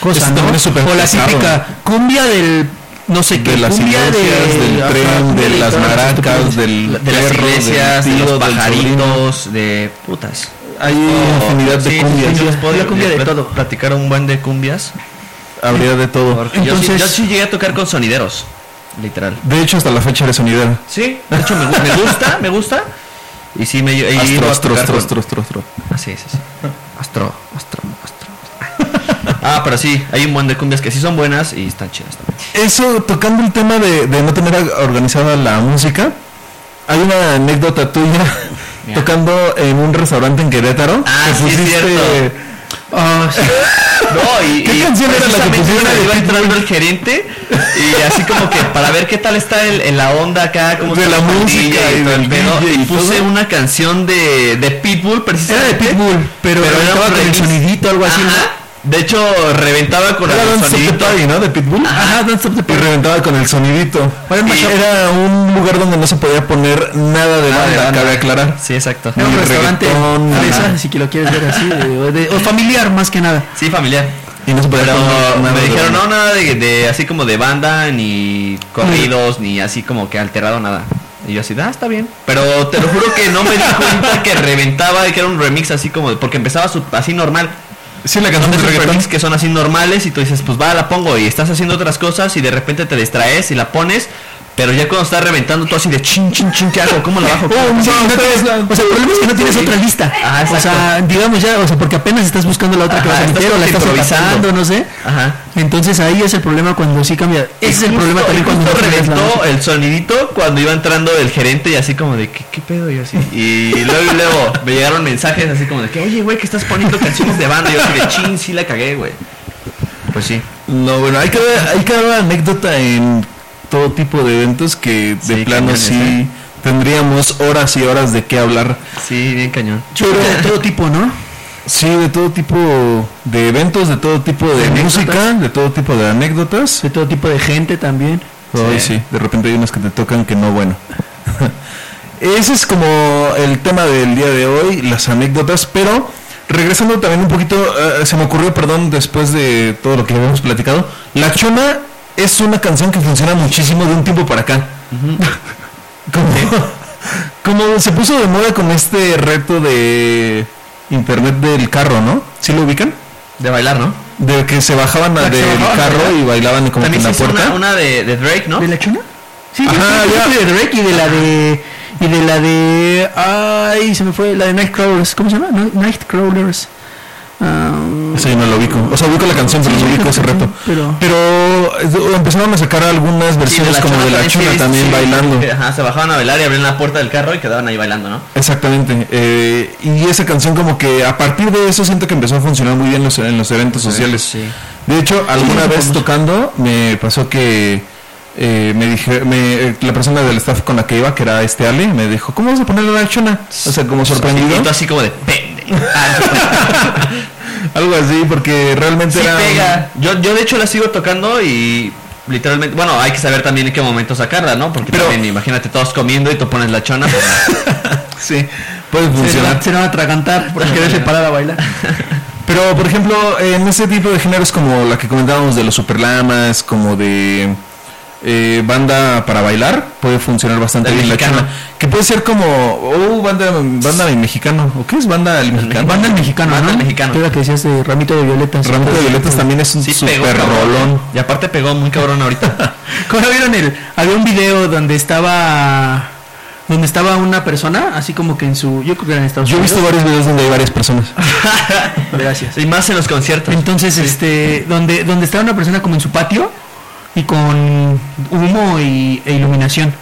Speaker 3: cosa, ¿no?
Speaker 1: también es súper
Speaker 3: O la
Speaker 1: pesado.
Speaker 3: típica cumbia del no sé qué,
Speaker 1: De las
Speaker 3: cumbia
Speaker 1: iglesias, del
Speaker 3: ajá,
Speaker 1: tren,
Speaker 3: cumbia
Speaker 1: de
Speaker 3: de
Speaker 1: las
Speaker 3: todas las
Speaker 1: maracas,
Speaker 3: estupideces.
Speaker 1: del
Speaker 2: de las
Speaker 1: perro, del
Speaker 2: iglesias, de
Speaker 1: tío,
Speaker 2: los
Speaker 1: del sobrino.
Speaker 2: pajaritos, de putas.
Speaker 1: Hay
Speaker 2: Oh,
Speaker 1: infinidad
Speaker 2: sí,
Speaker 1: de
Speaker 2: sí,
Speaker 1: cumbias.
Speaker 2: sí, les puedo-
Speaker 3: La cumbia
Speaker 2: les
Speaker 3: de
Speaker 2: puedo
Speaker 3: todo.
Speaker 2: Platicar un buen de cumbias.
Speaker 1: Habría de todo.
Speaker 2: Porque yo sí-
Speaker 3: Entonces-
Speaker 2: yo, sí, llegué a tocar con sonideros, literal.
Speaker 1: De hecho, hasta la fecha eres sonidera.
Speaker 2: Sí, de hecho me, gu- me gusta, me gusta. Y sí me he
Speaker 1: Astro,
Speaker 2: ido a
Speaker 1: astro,
Speaker 2: tocar
Speaker 1: astro,
Speaker 2: con-
Speaker 1: astro, astro, astro.
Speaker 2: Ah, sí,
Speaker 1: (laughs)
Speaker 2: sí, sí. Astro, astro, astro. Ah, pero sí, hay un buen de cumbias que sí son buenas y están chidas también.
Speaker 1: Eso, tocando el tema de, de no tener a- organizada la música, hay una anécdota tuya
Speaker 2: Mira.
Speaker 1: tocando en un restaurante en Querétaro.
Speaker 2: Ah,
Speaker 1: que
Speaker 2: sí, es cierto.
Speaker 3: Ah, sí.
Speaker 2: No, y,
Speaker 1: ¿Qué
Speaker 2: y
Speaker 1: canción era la que
Speaker 2: precisamente
Speaker 1: pusieron
Speaker 2: una
Speaker 1: de
Speaker 2: iba
Speaker 1: Pitbull?
Speaker 2: entrando el gerente y así como que para ver qué tal está el, en la onda acá, como
Speaker 1: De la música y del DJ y
Speaker 2: puse
Speaker 1: todo.
Speaker 2: una canción de, de Pitbull
Speaker 3: Era
Speaker 2: precisamente.
Speaker 3: de Pitbull, pero,
Speaker 2: Pero era
Speaker 3: estaba
Speaker 2: un
Speaker 3: con el
Speaker 2: remix.
Speaker 3: sonidito algo así, ¿no?
Speaker 2: Ajá. De hecho, reventaba con
Speaker 1: Era
Speaker 2: el
Speaker 1: Don't Stop the
Speaker 2: sonidito.
Speaker 1: Party, ¿no? De Pitbull.
Speaker 3: Ajá, Don't Stop the
Speaker 1: Y
Speaker 3: Party.
Speaker 1: reventaba con el sonidito.
Speaker 2: macho.
Speaker 1: Era un lugar donde no se podía poner nada de
Speaker 2: Nada Ah, de
Speaker 1: banda,
Speaker 2: banda.
Speaker 1: cabe aclarar.
Speaker 2: Sí, exacto.
Speaker 3: Era un
Speaker 1: Ni
Speaker 3: restaurante
Speaker 1: reggaetón, ni
Speaker 3: fresa,
Speaker 1: nada.
Speaker 3: si que lo quieres ver así, de- o de- o familiar más que nada.
Speaker 2: Sí, familiar.
Speaker 1: Y no se podía
Speaker 2: Pero
Speaker 1: poner nada
Speaker 2: me
Speaker 1: de
Speaker 2: dijeron,
Speaker 1: banda.
Speaker 2: no, nada de, de así como de banda, ni corridos, ni así como que alterado, nada. Y yo así, ah, está bien. Pero te lo juro que no me di cuenta que reventaba, que era un remix así como, de- porque empezaba su- así normal.
Speaker 1: Sí, la
Speaker 2: Son
Speaker 1: canción
Speaker 2: de
Speaker 1: de
Speaker 2: esos
Speaker 1: reggaetón.
Speaker 2: remix que son así normales y tú dices, pues va, la pongo y estás haciendo otras cosas y de repente te distraes y la pones, pero ya cuando estás reventando tú así de chin, chin, chin, ¿qué hago? ¿Cómo la (laughs) bajo? ¿Cómo la
Speaker 3: Oh,
Speaker 2: bajo?"
Speaker 3: (laughs) sí, no tienes- o sea, el problema es que no tienes
Speaker 2: Sí.
Speaker 3: otra lista.
Speaker 2: Ah,
Speaker 3: o sea,
Speaker 2: exacto.
Speaker 3: digamos ya, o sea, porque apenas estás buscando la otra que
Speaker 2: Ajá,
Speaker 3: vas a
Speaker 2: estás
Speaker 3: meter o
Speaker 2: como
Speaker 3: la
Speaker 2: que
Speaker 3: estás
Speaker 2: improvisando.
Speaker 3: improvisando, no sé.
Speaker 2: Ajá.
Speaker 3: Entonces ahí es el problema cuando sí cambia. Ese es el
Speaker 2: Justo-
Speaker 3: problema también cuando
Speaker 2: justo
Speaker 3: no tienes la
Speaker 2: reventó
Speaker 3: otra.
Speaker 2: el sonidito cuando iba entrando el gerente y así como de qué, qué pedo y así. Y luego y luego me llegaron mensajes así como de que, "Oye, güey, que estás poniendo canciones de banda." Y yo así de, "Chin, sí la cagué, güey." Pues sí.
Speaker 1: No, bueno, hay cada, hay cada anécdota en todo tipo de eventos que de
Speaker 2: Sí,
Speaker 1: plano
Speaker 2: cañones,
Speaker 1: sí
Speaker 2: ¿eh?
Speaker 1: tendríamos horas y horas de qué hablar.
Speaker 2: Sí, bien cañón.
Speaker 3: Yo creo que de todo tipo, ¿no?
Speaker 1: Sí, de todo tipo de eventos, de todo tipo de, música, de todo tipo de anécdotas.
Speaker 3: De todo tipo de gente también.
Speaker 1: Ay, sí.
Speaker 2: Sí.
Speaker 1: de repente hay unas que te tocan que no, bueno. (laughs) Ese es como el tema del día de hoy, las anécdotas, pero regresando también un poquito, eh, se me ocurrió, perdón, después de todo lo que habíamos platicado, La Chona es una canción que funciona muchísimo de un tiempo para acá. (laughs) como, como se puso de moda con este reto de internet del carro, ¿no? ¿Sí lo ubican?
Speaker 2: De bailar, ¿no?
Speaker 1: De que se bajaban
Speaker 2: La
Speaker 1: al
Speaker 2: que
Speaker 1: del
Speaker 2: se bajaban,
Speaker 1: carro
Speaker 2: ¿verdad?
Speaker 1: y bailaban como que
Speaker 2: También
Speaker 1: en
Speaker 2: se
Speaker 1: la
Speaker 2: hizo
Speaker 1: puerta.
Speaker 2: una, una de, de Drake, ¿no?
Speaker 3: ¿De la chona? Sí,
Speaker 1: Ajá,
Speaker 3: yo
Speaker 1: ya.
Speaker 3: de Drake y de la de. Y de la de. Ay, se me fue. La de Nightcrawlers. ¿Cómo se llama? No, Nightcrawlers. Um,
Speaker 1: Sí, no lo ubico. O sea, ubico la canción, pero
Speaker 3: Sí,
Speaker 1: no ubico ese
Speaker 3: pero-
Speaker 1: reto.
Speaker 3: (laughs) pero-
Speaker 1: Pero, eh, empezaron a sacar algunas
Speaker 2: Sí, de
Speaker 1: versiones
Speaker 2: la
Speaker 1: como
Speaker 2: chona
Speaker 1: de la
Speaker 2: también, sí,
Speaker 1: chona
Speaker 2: sí,
Speaker 1: también
Speaker 2: sí.
Speaker 1: bailando.
Speaker 2: (laughs) Ajá, se bajaban a bailar y abrían la puerta del carro y quedaban ahí bailando, ¿no?
Speaker 1: Exactamente. eh, y esa canción como que a partir de eso siento que empezó a funcionar muy bien en los, en los eventos sociales.
Speaker 2: Sí.
Speaker 1: De hecho, alguna
Speaker 3: Sí,
Speaker 1: vez
Speaker 3: famoso.
Speaker 1: tocando me pasó que eh, me dije, me- eh, la persona del staff con la que iba, que era este Ale, me dijo, ¿cómo vas a ponerle la chona? O sea, como sorprendido.
Speaker 2: Y tú así como de pendejo. Ah,
Speaker 1: Algo así, porque realmente
Speaker 2: Sí
Speaker 1: era...
Speaker 2: pega. Yo, yo de hecho la sigo tocando y literalmente, bueno, hay que saber también en qué momento sacarla, ¿no? Porque
Speaker 1: Pero-
Speaker 2: también imagínate todos comiendo y tú pones la chona. pues,
Speaker 1: Sí, puede
Speaker 3: se,
Speaker 1: funcionar.
Speaker 3: la- se la van a atragantar por quererse parar a bailar.
Speaker 1: Pero, por ejemplo, en ese tipo de géneros como la que comentábamos de los superlamas, como de eh, banda para bailar, puede funcionar bastante
Speaker 2: El
Speaker 1: bien
Speaker 2: mexicano.
Speaker 1: la chona. Que puede ser como, oh, banda, banda del mexicano. ¿O qué es banda del mexicano?
Speaker 3: Banda
Speaker 1: Banda
Speaker 3: mexicana,
Speaker 2: Banda
Speaker 3: ¿no?
Speaker 2: mexicana.
Speaker 3: Que era que decías de Ramito de Violetas.
Speaker 1: Ramiro de Violetas también es un
Speaker 2: sí pegó,
Speaker 1: super
Speaker 2: cabrón.
Speaker 1: rolón.
Speaker 2: Y aparte pegó muy cabrón ahorita.
Speaker 3: ¿Cómo vieron el? Había un video donde estaba. Donde estaba una persona, así como que en su. Yo creo que era en Estados
Speaker 1: Yo he
Speaker 3: Unidos.
Speaker 1: visto varios videos donde hay varias personas.
Speaker 3: Gracias.
Speaker 2: y más en los conciertos.
Speaker 3: Entonces, este, donde, donde estaba una persona como en su patio y con humo y, e iluminación.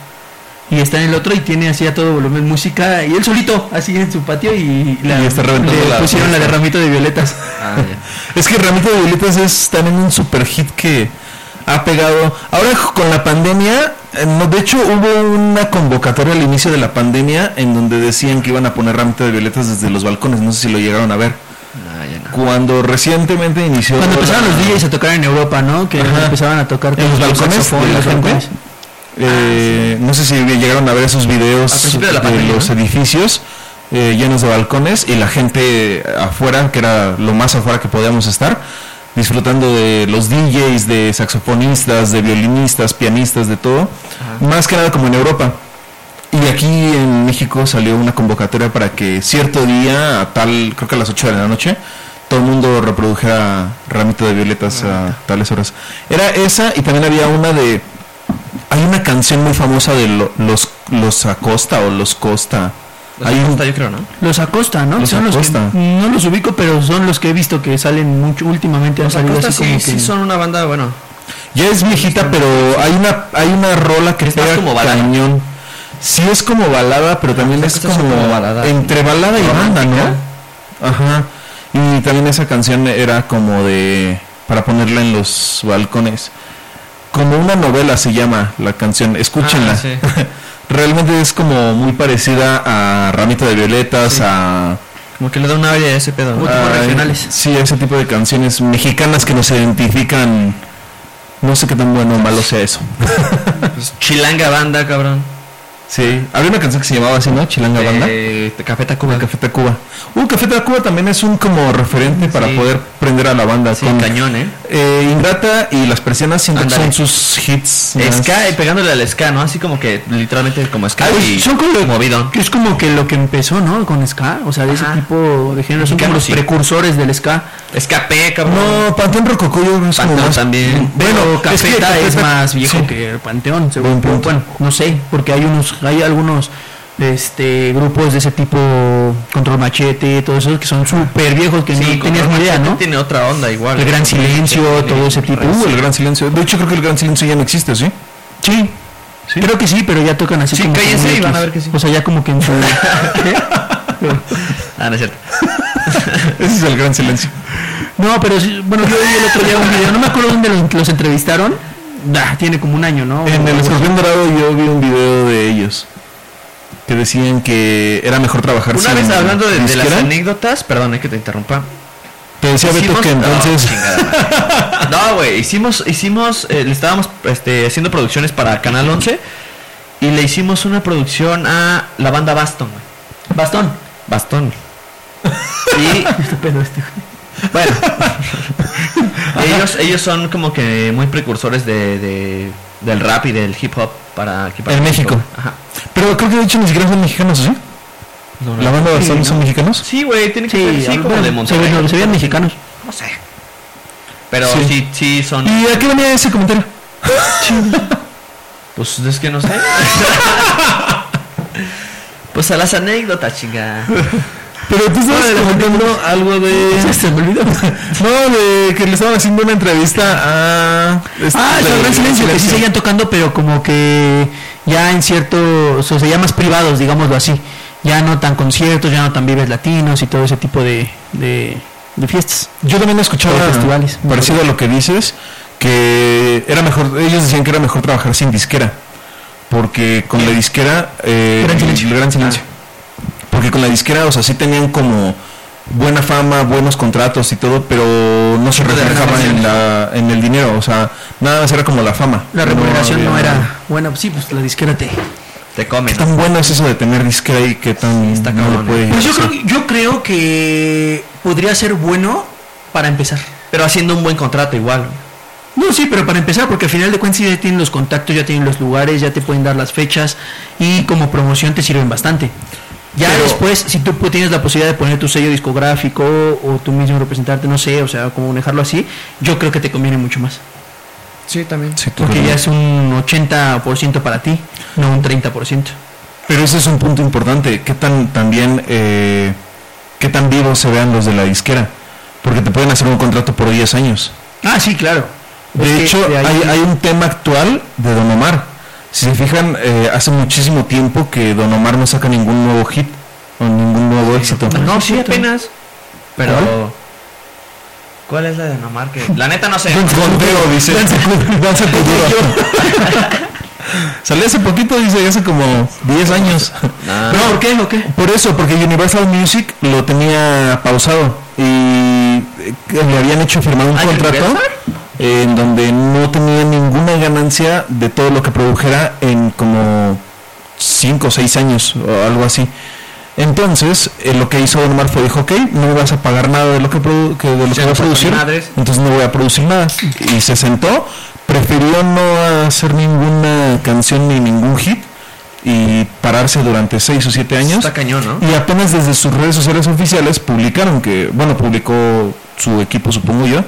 Speaker 3: Y está en el otro y tiene así a todo volumen música y él solito, así en su patio y,
Speaker 1: Y está reventando
Speaker 3: le
Speaker 1: la-
Speaker 3: pusieron la de ramito de
Speaker 1: (laughs)
Speaker 3: violetas.
Speaker 2: Ah,
Speaker 1: Es que Ramito de Violetas es también un super hit que ha pegado. Ahora con la pandemia, eh, no, de hecho hubo una convocatoria al inicio de la pandemia en donde decían que iban a poner Ramito de Violetas desde los balcones. No sé si lo llegaron a ver.
Speaker 2: Ah, ya. No, ya no.
Speaker 1: Cuando recientemente inició.
Speaker 3: Cuando empezaron
Speaker 1: la-
Speaker 3: los DJs a tocar en Europa, ¿no? Que
Speaker 1: Ajá.
Speaker 3: empezaban a tocar
Speaker 1: en los
Speaker 3: con
Speaker 1: balcones
Speaker 3: saxofón,
Speaker 1: de la
Speaker 3: los
Speaker 1: gente.
Speaker 3: balcones.
Speaker 1: Eh, no sé si llegaron a ver esos
Speaker 2: Al
Speaker 1: videos
Speaker 2: principio de la pandemia,
Speaker 1: los
Speaker 2: ¿no?
Speaker 1: edificios eh, llenos de balcones y la gente afuera, que era lo más afuera que podíamos estar, disfrutando de los DJs, de saxofonistas, de violinistas, pianistas, de todo. Más que nada como en Europa. Y aquí en México salió una convocatoria para que cierto día, a tal, creo que a las 8 de la noche, todo el mundo reprodujera Ramito de Violetas a tales horas. Era esa y también había una de... Hay una canción muy famosa de lo- los, los Acosta o Los Costa.
Speaker 2: Los
Speaker 1: Hay un-
Speaker 2: Acosta, yo creo, ¿no?
Speaker 3: Los Acosta, ¿no?
Speaker 1: Los
Speaker 3: Son los que-
Speaker 1: Acosta.
Speaker 3: no los ubico, pero son los que he visto que salen mucho últimamente. han
Speaker 2: Los
Speaker 3: salido
Speaker 2: Acosta
Speaker 3: así
Speaker 2: sí,
Speaker 3: como
Speaker 2: sí
Speaker 3: que-
Speaker 2: son una banda, bueno.
Speaker 1: Ya es viejita, pero hay una, hay una rola que
Speaker 2: Es más
Speaker 1: pega
Speaker 2: como balada.
Speaker 1: cañón. Sí es como balada, pero también
Speaker 2: Los
Speaker 1: es
Speaker 2: Acosta
Speaker 1: como,
Speaker 2: son como balada.
Speaker 1: entre balada y banda,
Speaker 2: Romántica.
Speaker 1: ¿no? Ajá. Y también esa canción era como de para ponerla en los balcones. Como una novela se llama la canción, escúchenla.
Speaker 2: Ah, sí.
Speaker 1: (laughs) Realmente es como muy parecida a Ramito de Violetas,
Speaker 2: Sí.
Speaker 1: a
Speaker 2: Como que le da un aire a ese pedo. ¿no?
Speaker 1: Ah, Sí, ese tipo de canciones mexicanas que nos identifican. No sé qué tan bueno o malo sea eso.
Speaker 2: (laughs) Pues, chilanga banda, cabrón.
Speaker 1: Sí, había una canción que se llamaba así, ¿no? Chilanga Banda.
Speaker 2: Eh, Café Tacuba.
Speaker 1: Café Tacuba. Uh, Café Tacuba también es un como referente para
Speaker 2: Sí.
Speaker 1: poder prender a la banda.
Speaker 2: Sí,
Speaker 1: con-
Speaker 2: cañón, ¿eh?
Speaker 1: Eh, Ingrata y Las Persianas siento que
Speaker 2: Ándale.
Speaker 1: son sus hits. más-
Speaker 2: Ska, eh, pegándole al ska, ¿no? Así como que literalmente como ska
Speaker 3: Pues,
Speaker 2: y
Speaker 3: son como
Speaker 2: movido.
Speaker 3: que es como que lo que empezó, ¿no? Con ska, o sea, de ese
Speaker 2: Ajá.
Speaker 3: tipo de género, son
Speaker 2: Mexicano,
Speaker 3: como los
Speaker 2: sí.
Speaker 3: precursores del ska.
Speaker 2: Escapé, cabrón.
Speaker 1: No, Panteón Rococó yo creo que es como
Speaker 2: Panteón
Speaker 1: más-
Speaker 2: también.
Speaker 1: Bueno,
Speaker 3: Pero
Speaker 1: es que
Speaker 3: Cafeta
Speaker 1: Café
Speaker 3: es,
Speaker 1: Tac-
Speaker 3: más viejo
Speaker 1: sí.
Speaker 3: que Panteón,
Speaker 1: Buen
Speaker 3: según
Speaker 1: punto.
Speaker 3: bueno, no sé, porque hay unos hay algunos este grupos de ese tipo Control Machete, todos esos que son súper viejos que
Speaker 2: Sí,
Speaker 3: no tenías ni idea, ¿no?
Speaker 2: Tiene otra onda igual.
Speaker 3: El Gran Silencio, todo ese tipo.
Speaker 1: Uh, el Gran Silencio. De hecho creo que el Gran Silencio ya no existe, ¿sí? (laughs)
Speaker 3: Sí. Creo que sí, pero ya tocan así
Speaker 2: Sí,
Speaker 3: como que
Speaker 2: cállense
Speaker 3: muy
Speaker 2: y van
Speaker 3: X.
Speaker 2: a ver que sí.
Speaker 3: O sea, ya como que en su
Speaker 2: (laughs)
Speaker 3: ¿Eh?
Speaker 2: Ah, no es cierto.
Speaker 1: Ese es el Gran Silencio.
Speaker 3: No, pero sí, bueno, yo vi el otro día un video, no me acuerdo dónde los, los entrevistaron. Bah, tiene como un año, ¿no?
Speaker 1: En el escorpión dorado yo vi un video de ellos que decían que era mejor trabajar
Speaker 2: Una
Speaker 1: sin
Speaker 2: vez hablando de, de las
Speaker 1: disquera.
Speaker 2: anécdotas, perdón, es que te interrumpa.
Speaker 1: te decía Beto
Speaker 2: Hicimos-
Speaker 1: que
Speaker 2: No,
Speaker 1: entonces
Speaker 2: chingada madre. No, güey, hicimos, hicimos, eh, le estábamos este, haciendo producciones para Canal 11 y le hicimos una producción a la banda Baston, güey.
Speaker 3: (laughs) Bastón.
Speaker 2: Bastón. Y
Speaker 3: Estúpido este, güey.
Speaker 2: (laughs) bueno, ellos, ellos son como que muy precursores de, de- del rap y del hip hop para aquí para
Speaker 1: En México.
Speaker 2: Ajá.
Speaker 1: Pero creo que de hecho ni siquiera son mexicanos, ¿sí? ¿La banda de son, son mexicanos?
Speaker 2: Sí, güey, tiene que
Speaker 3: Sí,
Speaker 2: ser así como
Speaker 3: bueno,
Speaker 2: de
Speaker 3: se
Speaker 2: Monterrey.
Speaker 3: veían, se veían mexicanos.
Speaker 2: No sé. Pero
Speaker 1: Sí.
Speaker 2: sí, sí, son.
Speaker 1: ¿Y a qué venía ese comentario?
Speaker 2: Pues es que no (laughs) sé. pues a las anécdotas, (laughs) chinga.
Speaker 1: Pero tú estabas comentando algo de.
Speaker 3: pues, Se me olvidó.
Speaker 1: No, de que le estaban haciendo una entrevista a.
Speaker 3: Ah,
Speaker 1: este-
Speaker 3: el gran silencio, que sí
Speaker 1: Silencio.
Speaker 3: seguían tocando, pero como que ya en cierto, o sea, ya más privados, digámoslo así. Ya no tan conciertos, ya no tan vives latinos y todo ese tipo de, de, de fiestas.
Speaker 1: Yo también escuchaba
Speaker 3: Por festivales.
Speaker 1: parecido a lo que dices, que era mejor, ellos decían que era mejor trabajar sin disquera, porque con la disquera, eh,
Speaker 3: Gran
Speaker 1: el-
Speaker 3: Silencio.
Speaker 1: el gran silencio, porque con la disquera, o sea, sí tenían como buena fama, buenos contratos y todo, pero no se
Speaker 2: No tenían
Speaker 1: reflejaban en,
Speaker 2: relaciones.
Speaker 1: la, en el dinero, o sea, nada más era como la fama.
Speaker 3: La remuneración no,
Speaker 1: había-
Speaker 3: era buena, pues sí, pues la disquera te...
Speaker 2: Te comen.
Speaker 1: ¿Qué tan bueno es eso de tener disquera y qué tan
Speaker 2: está
Speaker 1: no
Speaker 2: cabrón,
Speaker 1: le puede
Speaker 2: eh.
Speaker 3: Pues yo
Speaker 1: llegar a
Speaker 3: creo,
Speaker 1: ser?
Speaker 3: que- yo creo que podría ser bueno para empezar.
Speaker 2: Pero haciendo un buen contrato igual.
Speaker 3: No, sí, pero para empezar, porque al final de cuentas sí ya tienen los contactos, ya tienen los lugares, ya te pueden dar las fechas y como promoción te sirven bastante. Ya
Speaker 1: Pero-
Speaker 3: después, si tú pu- tienes la posibilidad de poner tu sello discográfico o tú mismo representarte, no sé, o sea, como manejarlo así, yo creo que te conviene mucho más.
Speaker 2: Sí, también.
Speaker 1: Sí,
Speaker 3: Porque
Speaker 1: claro.
Speaker 3: ya es un 80% para ti, no un 30%.
Speaker 1: Pero ese es un punto importante. ¿Qué tan también eh, qué tan vivos se vean los de la disquera? Porque te pueden hacer un contrato por 10 años.
Speaker 3: Ah, sí, claro. Es
Speaker 1: De
Speaker 3: que
Speaker 1: hecho,
Speaker 3: de ahí-
Speaker 1: hay, hay un tema actual de Don Omar. Si se fijan, eh, hace muchísimo tiempo que Don Omar no saca ningún nuevo hit o ningún nuevo éxito.
Speaker 2: No, sí,
Speaker 3: cierto.
Speaker 2: apenas. Pero.
Speaker 1: ¿Cuál?
Speaker 2: ¿Cuál es la de Nomar? Que... La neta no sé.
Speaker 1: Conteo,
Speaker 2: (laughs)
Speaker 1: dice. Danza con duro. (laughs) Salió hace poquito, dice, hace como 10 años.
Speaker 2: Nah.
Speaker 1: No,
Speaker 3: ¿Por qué? ¿O qué?
Speaker 1: Por eso, porque Universal Music lo tenía pausado y eh, le habían hecho firmar un
Speaker 2: ¿Ah,
Speaker 1: contrato
Speaker 2: Universal?
Speaker 1: en donde no tenía ninguna ganancia de todo lo que produjera en como 5 o 6 años o algo así. Entonces, eh, lo que hizo Don Omar fue dijo, ok, no vas a pagar nada de lo que, produ- que, de lo que voy
Speaker 2: no
Speaker 1: a
Speaker 2: pasa
Speaker 1: producir,
Speaker 2: madres.
Speaker 1: entonces no voy a producir nada. Y se sentó, prefirió no hacer ninguna canción ni ningún hit y pararse durante 6 o 7 años.
Speaker 2: Está cañón, ¿no?
Speaker 1: Y apenas desde sus redes sociales oficiales publicaron que, bueno, publicó su equipo, supongo yo,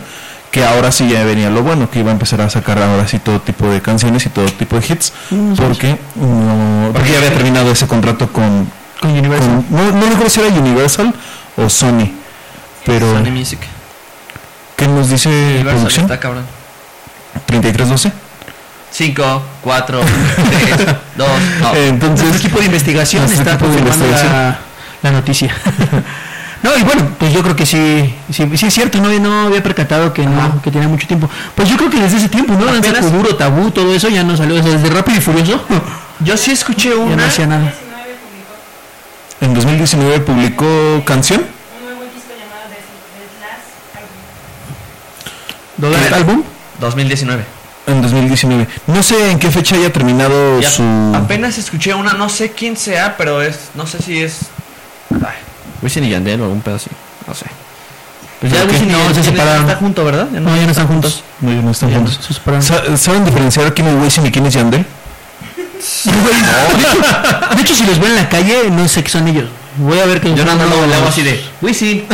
Speaker 1: que ahora sí ya venía lo bueno, que iba a empezar a sacar ahora sí todo tipo de canciones y todo tipo de hits, porque no, porque ya había terminado ese contrato con,
Speaker 3: Con Universal.
Speaker 1: con- no, no recuerdo si era Universal o Sony, pero
Speaker 2: Sony Music.
Speaker 1: ¿qué nos dice
Speaker 2: Universal,
Speaker 1: producción?
Speaker 2: está cabrón.
Speaker 1: 3312.
Speaker 2: 5, (laughs) 4, 3, 2,
Speaker 3: Nuestro
Speaker 2: Eh,
Speaker 1: Entonces,
Speaker 3: (laughs) equipo de investigación
Speaker 1: Nuestro
Speaker 3: está
Speaker 1: equipo de
Speaker 3: confirmando la,
Speaker 1: investigación.
Speaker 3: la noticia. (laughs) no, y bueno, pues yo creo que sí, sí, sí es cierto, no, no había percatado que no, que tenía mucho tiempo. Pues yo creo que desde ese tiempo, ¿no? Danza
Speaker 2: Apenas-
Speaker 3: duro, tabú, todo eso ya no salió, o sea, desde rápido y furioso
Speaker 2: Yo sí escuché
Speaker 3: ya no
Speaker 2: una.
Speaker 3: hacía nada.
Speaker 1: en 2019 publicó canción,
Speaker 4: un nuevo disco llamado The The Last Album.
Speaker 1: ¿Qué álbum?
Speaker 2: 2019.
Speaker 1: En 2019. No sé en qué fecha haya terminado
Speaker 2: Ya,
Speaker 1: su...
Speaker 2: Apenas escuché una, no sé quién sea, pero es. No sé si es. Ay, Wisin y Yandel o algún pedo así. No sé. Pues ya
Speaker 1: ¿Pero qué?
Speaker 2: Wisin y
Speaker 1: No,
Speaker 2: Yandel
Speaker 1: se separaron.
Speaker 2: Están juntos, ¿verdad? Ya
Speaker 3: No, ya no están juntos.
Speaker 1: No, ya no están
Speaker 3: Ya no
Speaker 1: juntos.
Speaker 3: se separaron.
Speaker 1: Sa- ¿Saben diferenciar quién es Wisin y quién es Yandel?
Speaker 3: De hecho, si los veo en la calle, no sé qué son ellos. Voy a ver que
Speaker 2: Yo no,
Speaker 3: son
Speaker 2: no, no,
Speaker 3: unos-
Speaker 2: le hago así de. Wisin.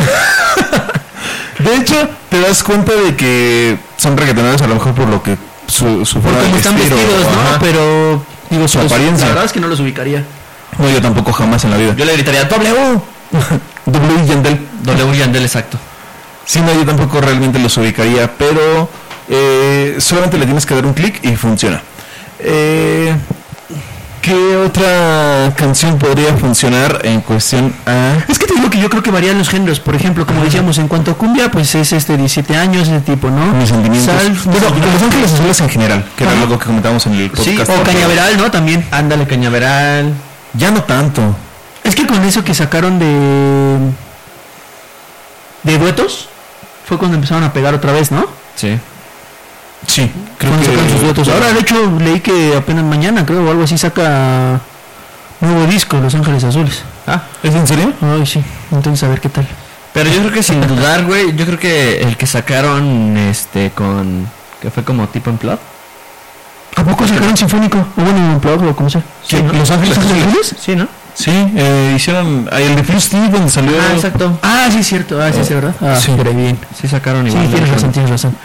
Speaker 1: De hecho, te das cuenta de que son reggaetoneros a lo mejor por lo que su, su
Speaker 3: por
Speaker 1: forma
Speaker 3: cómo
Speaker 1: de
Speaker 3: están
Speaker 1: vestir o-
Speaker 3: vestidos,
Speaker 1: ajá.
Speaker 3: ¿no? Pero digo
Speaker 1: Su
Speaker 3: pues,
Speaker 1: apariencia.
Speaker 3: La verdad es que no los ubicaría.
Speaker 1: No, yo tampoco jamás en la vida.
Speaker 2: Yo le gritaría W.
Speaker 1: (laughs) W y Yandel.
Speaker 2: (laughs) W Yandel, exacto.
Speaker 1: Sí, no, yo tampoco realmente los ubicaría, pero eh, solamente le tienes que dar un clic y funciona. Eh, ¿Qué otra canción podría funcionar en cuestión a...
Speaker 3: Es que te digo que yo creo que varían los géneros. Por ejemplo, como decíamos, en cuanto a cumbia, pues es este 17 años, ese tipo, ¿no?
Speaker 1: mis sentimientos.
Speaker 3: Sal-
Speaker 1: bueno, Los Ángeles Azules en general, que era
Speaker 3: Ajá.
Speaker 1: algo que comentábamos en el
Speaker 3: sí,
Speaker 1: podcast.
Speaker 3: o cañaveral, ¿no? También.
Speaker 2: Ándale, Cañaveral.
Speaker 1: Ya no tanto.
Speaker 3: Es que con eso que sacaron de. de duetos, fue cuando empezaron a pegar otra vez, ¿no?
Speaker 2: Sí.
Speaker 1: Sí, creo
Speaker 3: cuando
Speaker 1: que
Speaker 3: sacaron sus duetos. Ahora, de hecho, leí que apenas mañana, creo, o algo así, saca nuevo disco, Los Ángeles Azules.
Speaker 2: Ah.
Speaker 1: ¿Es en serio?
Speaker 3: Ay, sí. Entonces, a ver qué tal.
Speaker 2: Pero yo creo que sin dudar, güey, yo creo que el que sacaron este con que fue como tipo en plot.
Speaker 3: ¿A poco sacaron Sinfónico? ¿O bueno, un plug o como sea?
Speaker 1: ¿Qué? ¿Los Ángeles Azules?
Speaker 2: Sí, ¿no?
Speaker 1: Sí, eh, hicieron ah, el de Blue Steve donde salió.
Speaker 2: Ah, exacto.
Speaker 3: Ah, sí, es cierto. Ah, sí, sí, ¿verdad? Ah,
Speaker 1: sí.
Speaker 3: pero bien.
Speaker 2: Sí sacaron
Speaker 3: Sí,
Speaker 2: igual. ¿no?
Speaker 3: tienes razón, tienes razón.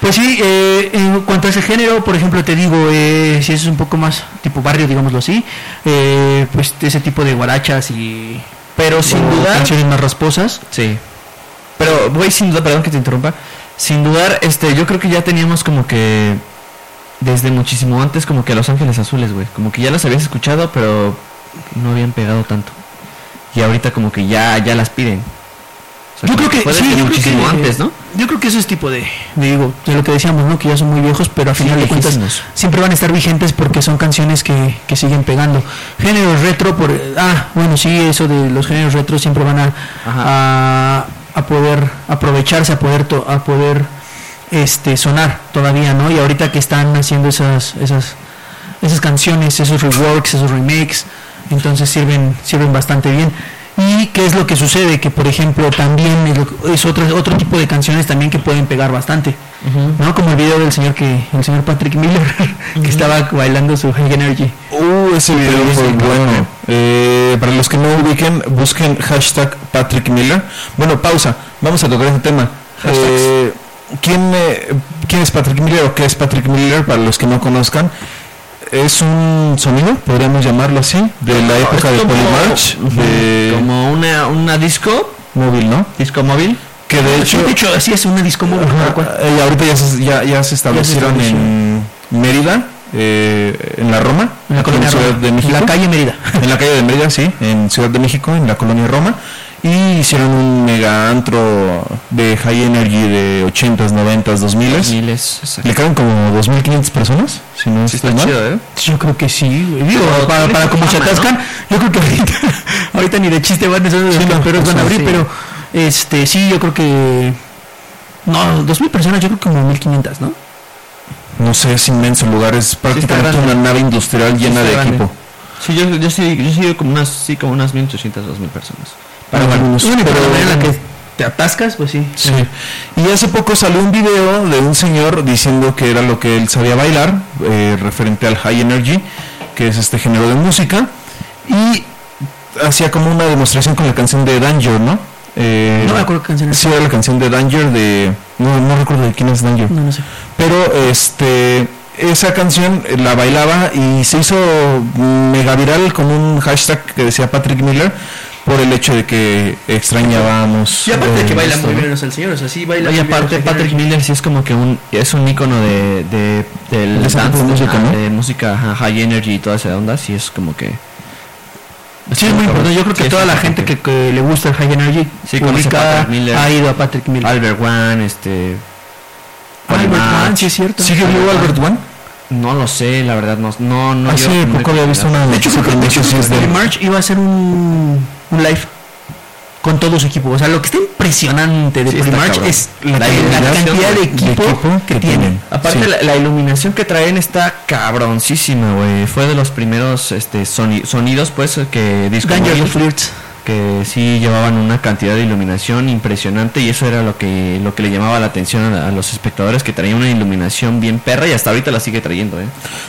Speaker 3: Pues sí, eh, en cuanto a ese género, por ejemplo, te digo, eh, si es un poco más tipo barrio, digámoslo así, eh, pues ese tipo de guarachas y...
Speaker 2: Pero sin
Speaker 3: o
Speaker 2: dudar,
Speaker 3: Canciones más rasposas.
Speaker 2: Sí. Pero, güey, sin duda, perdón que te interrumpa. Sin dudar, este, yo creo que ya teníamos como que. Desde muchísimo antes, como que Los Ángeles Azules, güey. Como que ya las habías escuchado, pero no habían pegado tanto. Y ahorita, como que ya, ya las piden. O sea,
Speaker 3: Yo
Speaker 2: como
Speaker 3: creo que
Speaker 2: fue
Speaker 3: sí,
Speaker 2: desde
Speaker 3: yo creo
Speaker 2: muchísimo
Speaker 3: que
Speaker 2: antes, ¿no?
Speaker 3: Yo creo que eso es tipo de, de, digo, de lo que decíamos, ¿no? Que ya son muy viejos, pero a
Speaker 2: Sí,
Speaker 3: final de cuentas
Speaker 2: viejísimos.
Speaker 3: siempre van a estar vigentes porque son canciones que, que siguen pegando. Géneros retro, por, ah, bueno, sí, eso de los géneros retro siempre van a, a, a poder aprovecharse, a poder, to- a poder este, sonar todavía, ¿no? Y ahorita que están haciendo esas, esas, esas canciones, esos reworks, esos remakes, entonces sirven, sirven bastante bien. ¿Y qué es lo que sucede? Que, por ejemplo, también es, lo- es otro, otro tipo de canciones también que pueden pegar bastante, ¿no? Como el video del señor que el señor Patrick Miller, (laughs) que estaba bailando su High Energy.
Speaker 1: Uh, ese video fue bueno. Eh, para los que no ubiquen, busquen hashtag Patrick Miller. Bueno, pausa. Vamos a tocar ese tema. Eh, ¿quién, eh, ¿Quién es Patrick Miller o qué es Patrick Miller? Para los que no conozcan, es un sonido, podríamos llamarlo así, de
Speaker 3: Ah,
Speaker 1: la época de
Speaker 2: Es como-
Speaker 1: Polymarch,
Speaker 3: eh,
Speaker 1: de
Speaker 2: Como una, una disco,
Speaker 1: móvil, ¿no?
Speaker 2: disco móvil.
Speaker 1: Que de
Speaker 3: Sí,
Speaker 1: hecho,
Speaker 3: de hecho, así es una disco móvil,
Speaker 1: Ajá,
Speaker 3: tal cual.
Speaker 1: eh, ahorita ya se, ya, ya se establecieron
Speaker 3: estableció.
Speaker 1: en Mérida, eh, en la Roma,
Speaker 3: En la
Speaker 1: aquí
Speaker 3: colonia
Speaker 1: Ciudad
Speaker 3: Roma,
Speaker 1: de
Speaker 3: en
Speaker 1: México.
Speaker 3: la calle Mérida.
Speaker 1: (laughs) En la calle de Mérida, sí, en Ciudad de México, en la colonia Roma. Y hicieron un mega antro de high energy de 80s, 90s, 2000s.
Speaker 2: Miles. exacto.
Speaker 1: Le caben como 2.500 personas, si no
Speaker 2: Sí,
Speaker 1: estoy
Speaker 2: está
Speaker 1: mal.
Speaker 2: chido, ¿eh?
Speaker 3: Yo creo que sí, güey. Digo,
Speaker 2: Pero
Speaker 3: para,
Speaker 2: tiene
Speaker 3: para como se
Speaker 2: fama,
Speaker 3: atascan, yo creo que ahorita, (laughs) ahorita ni de chiste van a ser los
Speaker 1: Sí, no,
Speaker 3: camperos
Speaker 1: o
Speaker 3: van a
Speaker 1: sea,
Speaker 3: abrir,
Speaker 1: sí.
Speaker 3: pero este sí, yo creo que. No, dos mil personas, yo creo que como 1500, ¿no?
Speaker 1: No sé, es inmenso el lugar, es prácticamente
Speaker 2: grande.
Speaker 1: una nave industrial llena
Speaker 2: está
Speaker 1: de
Speaker 2: grande.
Speaker 1: equipo.
Speaker 2: Sí, yo, yo sí, yo sí, como unas, sí, como unas 1800, 2000 personas.
Speaker 1: Para algunos,
Speaker 3: Ah, Bueno, pero
Speaker 1: pero-
Speaker 3: la manera en la que te atascas, pues sí.
Speaker 1: Sí. Y hace poco salió un video de un señor diciendo que era lo que él sabía bailar, eh, referente al high energy, que es este género de música, y hacía como una demostración con la canción de Danger, ¿no? Eh,
Speaker 3: No me acuerdo qué canción es.
Speaker 1: Sí, era la canción de Danger de... No, no recuerdo de quién es Danger.
Speaker 3: No, no sé.
Speaker 1: Pero este esa canción eh, la bailaba y se hizo mega viral con un hashtag que decía Patrick Miller por el hecho de que extrañábamos.
Speaker 3: Y aparte de que
Speaker 1: eh,
Speaker 3: baila
Speaker 1: esto,
Speaker 3: muy
Speaker 1: ¿no?
Speaker 3: bien los el señor, o sea, sí baila.
Speaker 2: Oye,
Speaker 3: muy bien
Speaker 2: aparte,
Speaker 3: los
Speaker 2: Patrick
Speaker 3: High Energy.
Speaker 2: Miller sí es como que un es un ícono de, de, del
Speaker 1: De ese tipo de
Speaker 2: dance,
Speaker 1: música,
Speaker 2: ah,
Speaker 1: ¿no?
Speaker 2: de música ajá, high energy y toda esa onda, sí es como que...
Speaker 3: Sí, es muy importante. Yo creo que
Speaker 2: Sí, es
Speaker 3: toda la
Speaker 2: importante.
Speaker 3: gente que, que le gusta el High Energy
Speaker 2: Sí, conoce a
Speaker 3: ubica,
Speaker 2: Patrick Miller.
Speaker 3: ha ido a Patrick Miller.
Speaker 2: Albert One, este...
Speaker 3: Albert
Speaker 2: Polymarch.
Speaker 3: Mann, Ah, sí, es cierto.
Speaker 1: ¿Sigue vivo Albert One?
Speaker 2: No lo sé, la verdad, no... no, no yo-
Speaker 1: Hace
Speaker 2: no
Speaker 1: poco
Speaker 2: he-
Speaker 1: había visto una
Speaker 3: De hecho,
Speaker 1: noticia
Speaker 3: creo que
Speaker 1: que
Speaker 3: de
Speaker 1: de
Speaker 3: hecho,
Speaker 1: hecho sí es de
Speaker 3: Billy March iba a hacer un, un live con todo su equipo. O sea, lo que está impresionante de
Speaker 2: Sí,
Speaker 3: Billy
Speaker 2: está
Speaker 3: March
Speaker 2: cabrón.
Speaker 3: es la,
Speaker 2: La
Speaker 3: la
Speaker 2: iluminación
Speaker 3: cantidad de
Speaker 2: de
Speaker 3: equipo, que, tienen.
Speaker 2: Aparte,
Speaker 1: Sí.
Speaker 2: la, la iluminación que traen está cabroncísima, güey. Fue de los primeros este, soni- sonidos, pues, que disco
Speaker 3: Danger
Speaker 2: móvil,
Speaker 3: the Flirts.
Speaker 2: que sí llevaban una cantidad de iluminación impresionante y eso era lo que lo que le llamaba la atención a, a los espectadores que traía una iluminación bien perra y hasta ahorita la sigue trayendo ¿eh?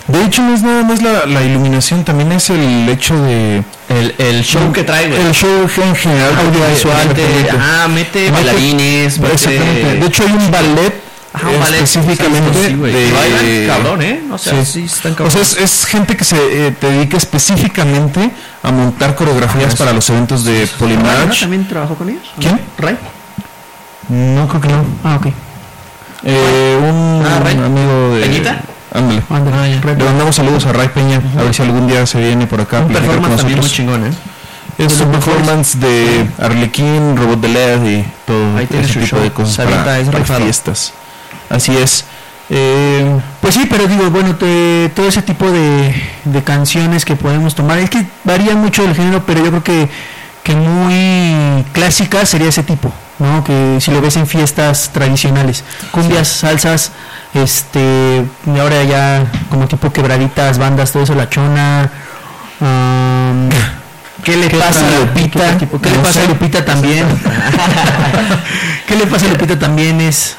Speaker 1: De hecho no es nada más la, la iluminación, también es el hecho de...
Speaker 2: el, el show que trae güey.
Speaker 1: El show en general, audiovisual.
Speaker 2: Mete- ah mete bailarines
Speaker 1: Exactamente.
Speaker 2: mete
Speaker 1: De hecho hay un ballet
Speaker 2: Ajá,
Speaker 1: eh,
Speaker 2: un ballet,
Speaker 1: específicamente
Speaker 2: exacto, sí, güey.
Speaker 1: de...
Speaker 2: Y bailan cabrón eh o sea
Speaker 1: Sí.
Speaker 2: sí, están
Speaker 1: O
Speaker 2: cabrón
Speaker 1: sea, es, es gente que se eh, te dedica específicamente a montar
Speaker 2: Ah,
Speaker 1: coreografías para los eventos de
Speaker 3: ¿Ray, ¿no?
Speaker 1: Polymarch.
Speaker 3: ¿También trabajó con ellos?
Speaker 1: ¿Quién?
Speaker 3: ¿Ray?
Speaker 1: No, creo que no.
Speaker 3: Ah, ok.
Speaker 1: Eh, un
Speaker 2: Ah, Ray.
Speaker 1: amigo de...
Speaker 2: ¿Peñita? Ah,
Speaker 1: Ándale.
Speaker 3: Ándale, Ray.
Speaker 1: Le mandamos saludos a Ray Peña, a ver si algún día se viene por acá. a
Speaker 2: un
Speaker 1: platicar con
Speaker 2: performance también muy
Speaker 1: nosotros.
Speaker 2: chingón eh
Speaker 1: Es un performance de Arlequín, Robot de LED y todo
Speaker 2: Ahí tiene
Speaker 1: ese
Speaker 2: su
Speaker 1: tipo
Speaker 2: show.
Speaker 1: de cosas
Speaker 2: Sarita
Speaker 1: para,
Speaker 2: es
Speaker 1: para
Speaker 2: rifado.
Speaker 1: fiestas. Así
Speaker 3: (laughs)
Speaker 1: es. Eh,
Speaker 3: Pues sí, pero digo, bueno, te- todo ese tipo de, de canciones que podemos tomar, es que varía mucho el género, pero yo creo que, que muy clásica sería ese tipo, ¿no? Que si lo ves en fiestas tradicionales, cumbias, salsas, este, y ahora ya como tipo quebraditas, bandas, todo eso, la chona, am, ¿Qué le pasa a Lupita? ¿Qué le pasa a Lupita también? (laughs) ¿Qué le pasa a Lupita también? Es,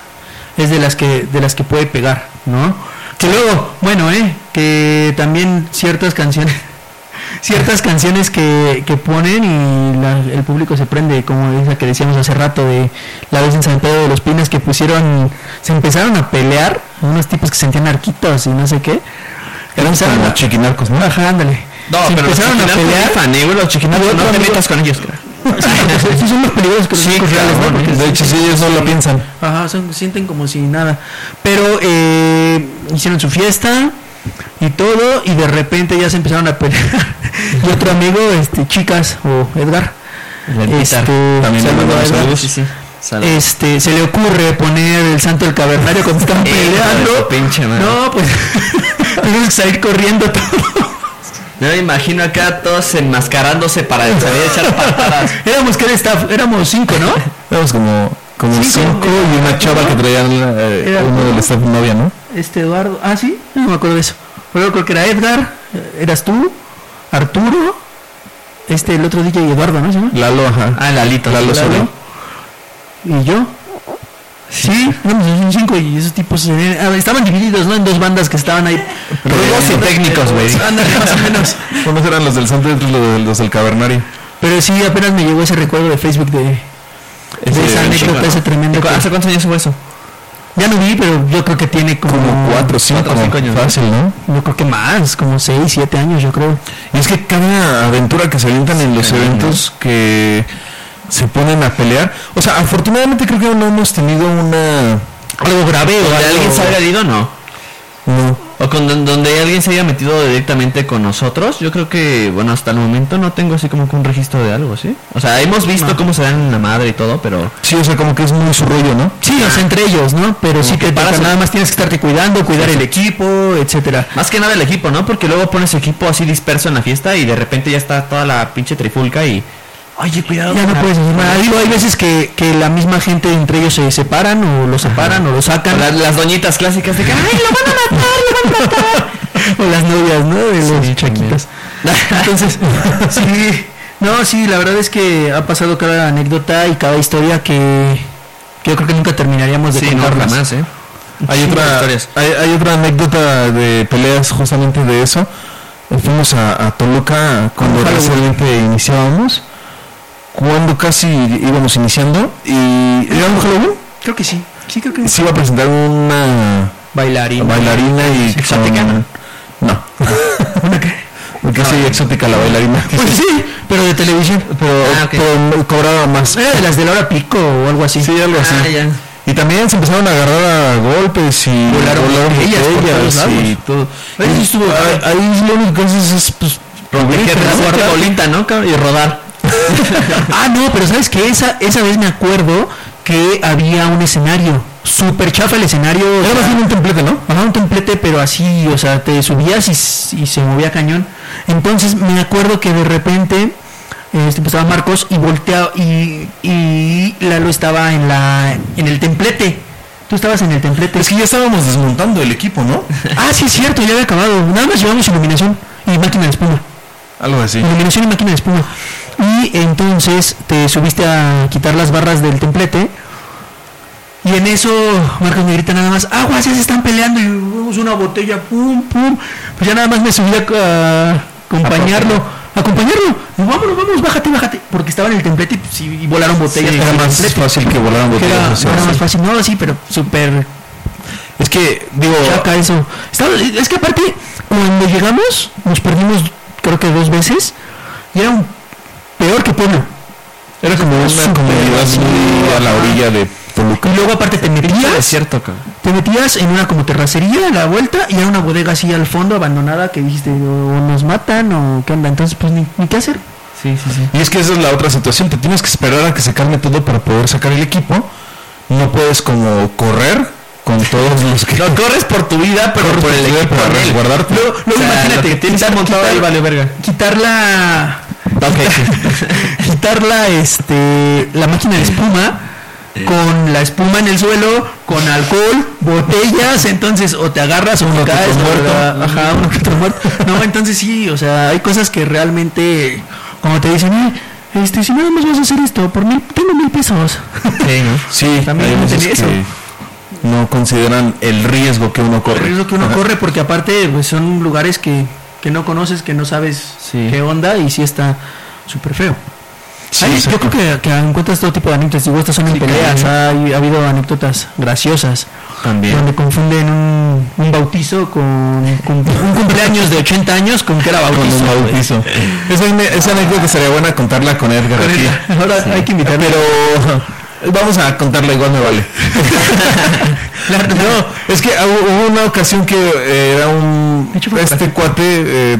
Speaker 3: es de, las que, de las que puede pegar, ¿no? Que luego, bueno, ¿eh? Que también ciertas canciones (laughs) ciertas canciones que, que ponen y la- el público se prende, como esa que decíamos hace rato de la vez en San Pedro de los Pines que pusieron, se empezaron a pelear unos tipos que sentían arquitos y no sé qué.
Speaker 1: Eran
Speaker 3: Empezaron
Speaker 1: como
Speaker 3: a-
Speaker 1: chiquinarcos, ¿no?
Speaker 3: Ajá, ándale.
Speaker 2: No,
Speaker 3: se
Speaker 2: pero los
Speaker 3: empezaron a
Speaker 2: chiquinacos
Speaker 3: pelear.
Speaker 2: rifan, ¿eh, güey? Los chiquinacos,
Speaker 3: Yo
Speaker 2: no te
Speaker 3: también-
Speaker 2: metas con ellos, cara.
Speaker 3: Sí, son más peligrosos que los chicos reales, ¿no? Porque
Speaker 1: De hecho, sí, ellos no lo piensan.
Speaker 3: Ajá, son, sienten como si nada. Pero eh, hicieron su fiesta y todo, y de repente ya se empezaron a pelear. (laughs) y otro amigo, este, chicas, o Edgar,
Speaker 1: También
Speaker 3: este,
Speaker 1: le
Speaker 3: saludo a
Speaker 1: mandamos
Speaker 3: Edgar,
Speaker 1: saludos.
Speaker 2: Sí, sí. Saludos. Eh,
Speaker 3: Este, se le ocurre poner el santo del cavernario cuando están
Speaker 2: Eh, Hijo de Ah.
Speaker 3: peleando.
Speaker 2: tu pinche madre.
Speaker 3: no, pues (laughs) tenemos que salir corriendo todos.
Speaker 2: Yo me imagino acá todos enmascarándose para
Speaker 3: (laughs)
Speaker 2: salir a echar patadas.
Speaker 3: éramos que era staff, éramos cinco, ¿no?
Speaker 1: Éramos como, como
Speaker 3: Sí, como-
Speaker 1: cinco y una chava que traía eh,
Speaker 3: Era
Speaker 1: uno
Speaker 3: como-
Speaker 1: del staff novia,
Speaker 3: (laughs)
Speaker 1: ¿no?
Speaker 3: Este Eduardo, ah sí, no me acuerdo de eso. Pero creo que era Edgar, eh, eras tú, Arturo, este el otro DJ Eduardo, ¿no? ¿Se llama?
Speaker 1: Lalo, ajá.
Speaker 2: Ah, Lalito.
Speaker 1: Lalo solo.
Speaker 3: Y yo. Sí, éramos un cinco y esos tipos eh, ah, estaban divididos, ¿no? En dos bandas que estaban ahí.
Speaker 1: Rudos y técnicos, güey.
Speaker 3: Ándale, más o
Speaker 2: (laughs)
Speaker 3: menos.
Speaker 1: Unos eran los del santo y otros los del, los del cavernario.
Speaker 3: Pero sí, apenas me llegó ese recuerdo de Facebook de, de esa anécdota, esa tremenda. que-
Speaker 2: ¿Hace cuántos años fue eso?
Speaker 3: ya no vi, pero yo creo que tiene como,
Speaker 1: Como cuatro, cinco,
Speaker 2: cuatro, cinco años, ¿no?
Speaker 1: fácil, ¿no?
Speaker 3: Yo creo que más, como seis, siete años, yo creo.
Speaker 1: Y es que cada aventura que se avientan en los eventos que se ponen a pelear, o sea, afortunadamente creo que no hemos tenido una
Speaker 3: Algo grave o
Speaker 2: ¿Donde
Speaker 3: algo-
Speaker 2: alguien se haya ido no?
Speaker 1: no,
Speaker 2: ¿O con, don- donde alguien se haya metido directamente con nosotros? Yo creo que, bueno, hasta el momento no tengo así como que un registro de algo, ¿sí? O sea, hemos visto cómo se dan la madre y todo, pero... Ah,
Speaker 1: sí, o sea, como que es muy su rollo, ¿no?
Speaker 3: Sí, o sea, entre ellos, ¿no? Pero sí
Speaker 2: que
Speaker 3: te
Speaker 2: paras
Speaker 3: paras,
Speaker 2: el-
Speaker 3: nada más tienes que estarte cuidando, cuidar el equipo, etcétera.
Speaker 2: Más que nada el equipo, ¿no? Porque luego pones equipo así disperso en la fiesta y de repente ya está toda la pinche trifulca y... Oye, cuidado.
Speaker 3: Ya no
Speaker 2: con la-
Speaker 3: puedes hacer nada. Digo, hay veces que, que la misma gente entre ellos se separan o lo separan o lo sacan.
Speaker 2: O las, las doñitas clásicas de que... "Ay, lo van a matar, lo van a matar".
Speaker 3: o las novias, ¿no? De los chaquitos. (laughs) Entonces, sí, no, sí, la verdad es que ha pasado cada anécdota y cada historia que, que yo creo que nunca terminaríamos
Speaker 2: (laughs)
Speaker 3: de
Speaker 2: Sí, no,
Speaker 3: contarlas.
Speaker 2: jamás, ¿eh?
Speaker 1: Hay
Speaker 2: Chingo de
Speaker 1: otra,
Speaker 2: historias.
Speaker 1: hay, hay otra anécdota de peleas justamente de eso. Eh, Fuimos a, a Toluca cuando
Speaker 3: Ojalá, güey.
Speaker 1: recientemente iniciábamos, cuando casi íbamos iniciando y era un Halloween.
Speaker 3: Creo que sí, sí creo que sí.
Speaker 1: Se iba a presentar una
Speaker 3: Bailarín.
Speaker 1: bailarina y
Speaker 3: Exótica,
Speaker 1: con-
Speaker 3: (laughs)
Speaker 1: no, porque sí exótica la bailarina.
Speaker 3: Pues sí, pero de televisión.
Speaker 1: pero,
Speaker 2: Ah, ok.
Speaker 1: pero cobraba más.
Speaker 3: Era de las de la hora pico o algo así.
Speaker 1: Sí, algo así.
Speaker 2: Ah, ya.
Speaker 1: Y también se empezaron a agarrar a golpes y
Speaker 3: Volaron botellas por
Speaker 1: botellas
Speaker 3: todos
Speaker 1: y
Speaker 3: lados.
Speaker 1: todo.
Speaker 3: Ahí sí
Speaker 1: Y
Speaker 3: estuvo
Speaker 1: ahí- ahí lo único que haces es pues
Speaker 2: Proteger la
Speaker 1: ¿no?
Speaker 2: cuarta bolita, ¿no? cabrón? Y rodar.
Speaker 3: Ah, no, pero sabes que esa, esa vez me acuerdo que había un escenario. Súper chafa el escenario. o
Speaker 1: Era
Speaker 3: sea,
Speaker 1: más bien un templete, ¿no?
Speaker 3: Ajá, un templete, pero así, o sea, te subías y, s- y se movía cañón. Entonces me acuerdo que de repente este, pues, estaba Marcos y volteaba y, y Lalo estaba en la en el templete. Tú estabas en el templete.
Speaker 1: Es que ya estábamos desmontando el equipo, ¿no?
Speaker 3: Ah, sí, es cierto, ya había acabado. Nada más llevamos iluminación y máquina de espuma.
Speaker 1: Algo así.
Speaker 3: Iluminación y máquina de espuma. Y entonces te subiste a quitar las barras del templete. Y en eso Marcos me grita nada más, aguas, ya se están peleando. Y vemos una botella, pum, pum. Pues ya nada más me subí a, a acompañarlo. Acompañarlo. Y vámonos, vámonos, bájate, bájate. Porque estaba en el templete y, pues, y volaron botellas.
Speaker 1: Sí,
Speaker 3: por
Speaker 1: era
Speaker 3: el
Speaker 1: más
Speaker 3: templete.
Speaker 1: fácil que volaran
Speaker 3: Que
Speaker 1: botellas.
Speaker 3: era,
Speaker 1: o sea,
Speaker 3: era más
Speaker 1: sí.
Speaker 3: fácil. No, sí, pero súper
Speaker 1: Es que, digo,
Speaker 3: Chaca eso. Estaba- es que aparte, cuando llegamos, nos perdimos creo que dos veces. Y era un peor que pueblo.
Speaker 1: era como una
Speaker 3: Súper
Speaker 1: comunidad
Speaker 3: así,
Speaker 1: muy a la
Speaker 3: ajá.
Speaker 1: orilla de Toluca.
Speaker 3: Y luego aparte te metías,
Speaker 2: cierto, cabrón.
Speaker 3: te metías en una como terracería a la vuelta y era una bodega así al fondo abandonada que dijiste o nos matan o qué onda. Entonces pues ni, ni qué hacer.
Speaker 2: Sí, sí, sí.
Speaker 1: Y es que esa es la otra situación, te tienes que esperar a que se calme todo para poder sacar el equipo. No puedes como correr con todos los que...
Speaker 2: No, corres por tu vida, pero
Speaker 1: Corres
Speaker 2: por el
Speaker 1: tu vida
Speaker 2: equipo.
Speaker 1: para
Speaker 2: con él.
Speaker 1: resguardarte.
Speaker 2: Luego, luego
Speaker 3: O sea,
Speaker 2: imagínate,
Speaker 3: lo que
Speaker 2: que tienes
Speaker 3: quitar-
Speaker 2: montado ahí,
Speaker 3: quitar-
Speaker 2: vale verga.
Speaker 3: Quitar la
Speaker 2: Ok.
Speaker 3: (laughs) quitar la este la máquina de espuma con la espuma en el suelo, con alcohol, botellas, entonces o te agarras o
Speaker 1: Uno
Speaker 3: te
Speaker 1: que
Speaker 3: caes
Speaker 1: otro
Speaker 3: o
Speaker 1: muerto.
Speaker 3: la- ajá, uno que otro muerto. No, entonces sí, o sea, hay cosas que realmente Como te dicen, "Ay, este, si nada más vas a hacer esto, por mil, tengo mil pesos.
Speaker 2: Sí, ¿no?
Speaker 1: Sí,
Speaker 3: También
Speaker 1: hay
Speaker 3: no
Speaker 1: veces
Speaker 3: tenía eso.
Speaker 1: que no consideran el riesgo que uno corre.
Speaker 3: Pero es lo que uno
Speaker 1: Ajá.
Speaker 3: corre porque aparte pues, son lugares que, que no conoces, que no sabes
Speaker 2: Sí.
Speaker 3: qué onda y sí está súper feo.
Speaker 1: Sí,
Speaker 3: Hay- yo
Speaker 1: exacto.
Speaker 3: creo que, que encuentras todo tipo de anécdotas. Digo, estas son en peleas. hay- ha habido anécdotas graciosas.
Speaker 1: También.
Speaker 3: Donde confunden un, un bautizo con, con un cumpleaños de 80 años con que era
Speaker 1: Con
Speaker 3: bautizo.
Speaker 1: un
Speaker 3: güey. (laughs)
Speaker 1: bautizo. Esa, ane- esa anécdota sería buena contarla con Edgar
Speaker 3: Con
Speaker 1: aquí.
Speaker 3: Edgar. (laughs) Ahora hay que invitarlo.
Speaker 1: Pero vamos a contarla igual, me
Speaker 3: (laughs)
Speaker 1: vale. no, es que hu- hubo una ocasión que eh, era un.
Speaker 3: De hecho, fue
Speaker 1: Este cuate, eh,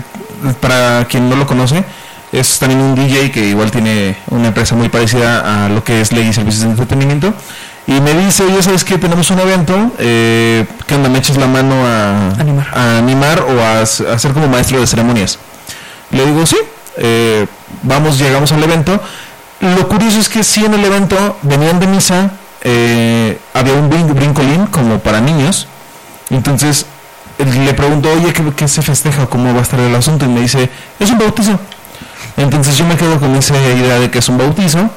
Speaker 1: para quien no lo conoce, es también un DJ que igual tiene una empresa muy parecida a lo que es Ley y Servicios de Entretenimiento. Y me dice, oye, ¿sabes qué? Tenemos un evento, eh, que onda, me eches la mano a
Speaker 3: Animar.
Speaker 1: a animar o a, s- a ser como maestro de ceremonias. Le digo, sí, eh, vamos, llegamos al evento. Lo curioso es que sí en el evento venían de misa, eh, había un brin- brincolín como para niños. Entonces él le pregunto, oye, ¿qué, qué se festeja? ¿Cómo va a estar el asunto? Y me dice, es un bautizo. Entonces yo me quedo con esa idea de que es un bautizo.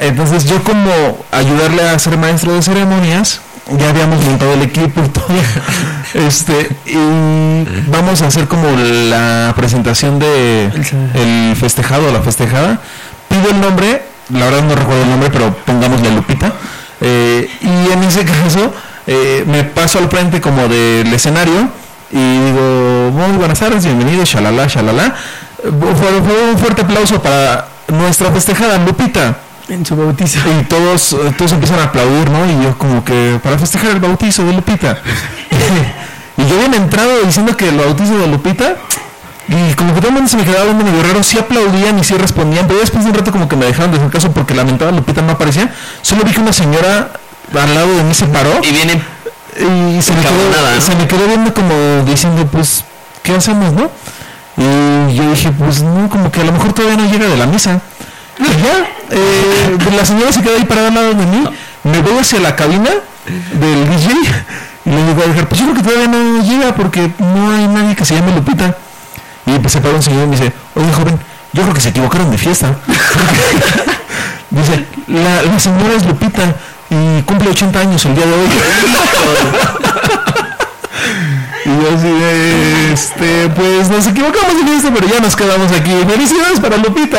Speaker 1: Entonces yo como ayudarle a ser maestro de ceremonias, ya habíamos montado el equipo y todo. Este, y vamos a hacer como la presentación de el festejado o la festejada. Pido el nombre, la verdad no recuerdo el nombre, pero pongámosle Lupita. Eh, y en ese caso eh, me paso al frente como del escenario y digo, muy buenas tardes, bienvenidos, shalala, shalala. Eh, Fue, fue un fuerte aplauso para nuestra festejada Lupita.
Speaker 3: En su bautizo.
Speaker 1: Y todos, eh, todos empiezan a aplaudir, ¿no? Y yo como que, para festejar el bautizo de Lupita. (laughs) y yo bien entrado diciendo que el bautizo de Lupita... Y como que todo el mundo se me quedaba viendo mi guerrero, sí aplaudían y sí respondían, pero después de un rato como que me dejaron de hacer caso porque lamentada Lupita no aparecía. Solo vi que una señora al lado de mí se paró.
Speaker 2: Y vienen.
Speaker 1: Y se me, quedó,
Speaker 2: Encabronada, ¿no?
Speaker 1: se me quedó viendo como diciendo, pues, ¿qué hacemos, no? Y yo dije, pues, no, como que a lo mejor todavía no llega de la misa. Y ya, eh, la señora se quedó ahí parada al lado de mí. Me voy hacia la cabina del DJ y le digo a Edgar, pues yo creo que todavía no llega porque no hay nadie que se llame Lupita. Y empecé a parar un señor y me dice, oye joven, yo creo que se equivocaron de fiesta. (laughs) dice, la, la señora es Lupita y cumple 80 años el día de hoy. (laughs) y yo así de, este, pues nos equivocamos de fiesta, pero ya nos quedamos aquí. Felicidades para
Speaker 2: (laughs)
Speaker 1: Lupita.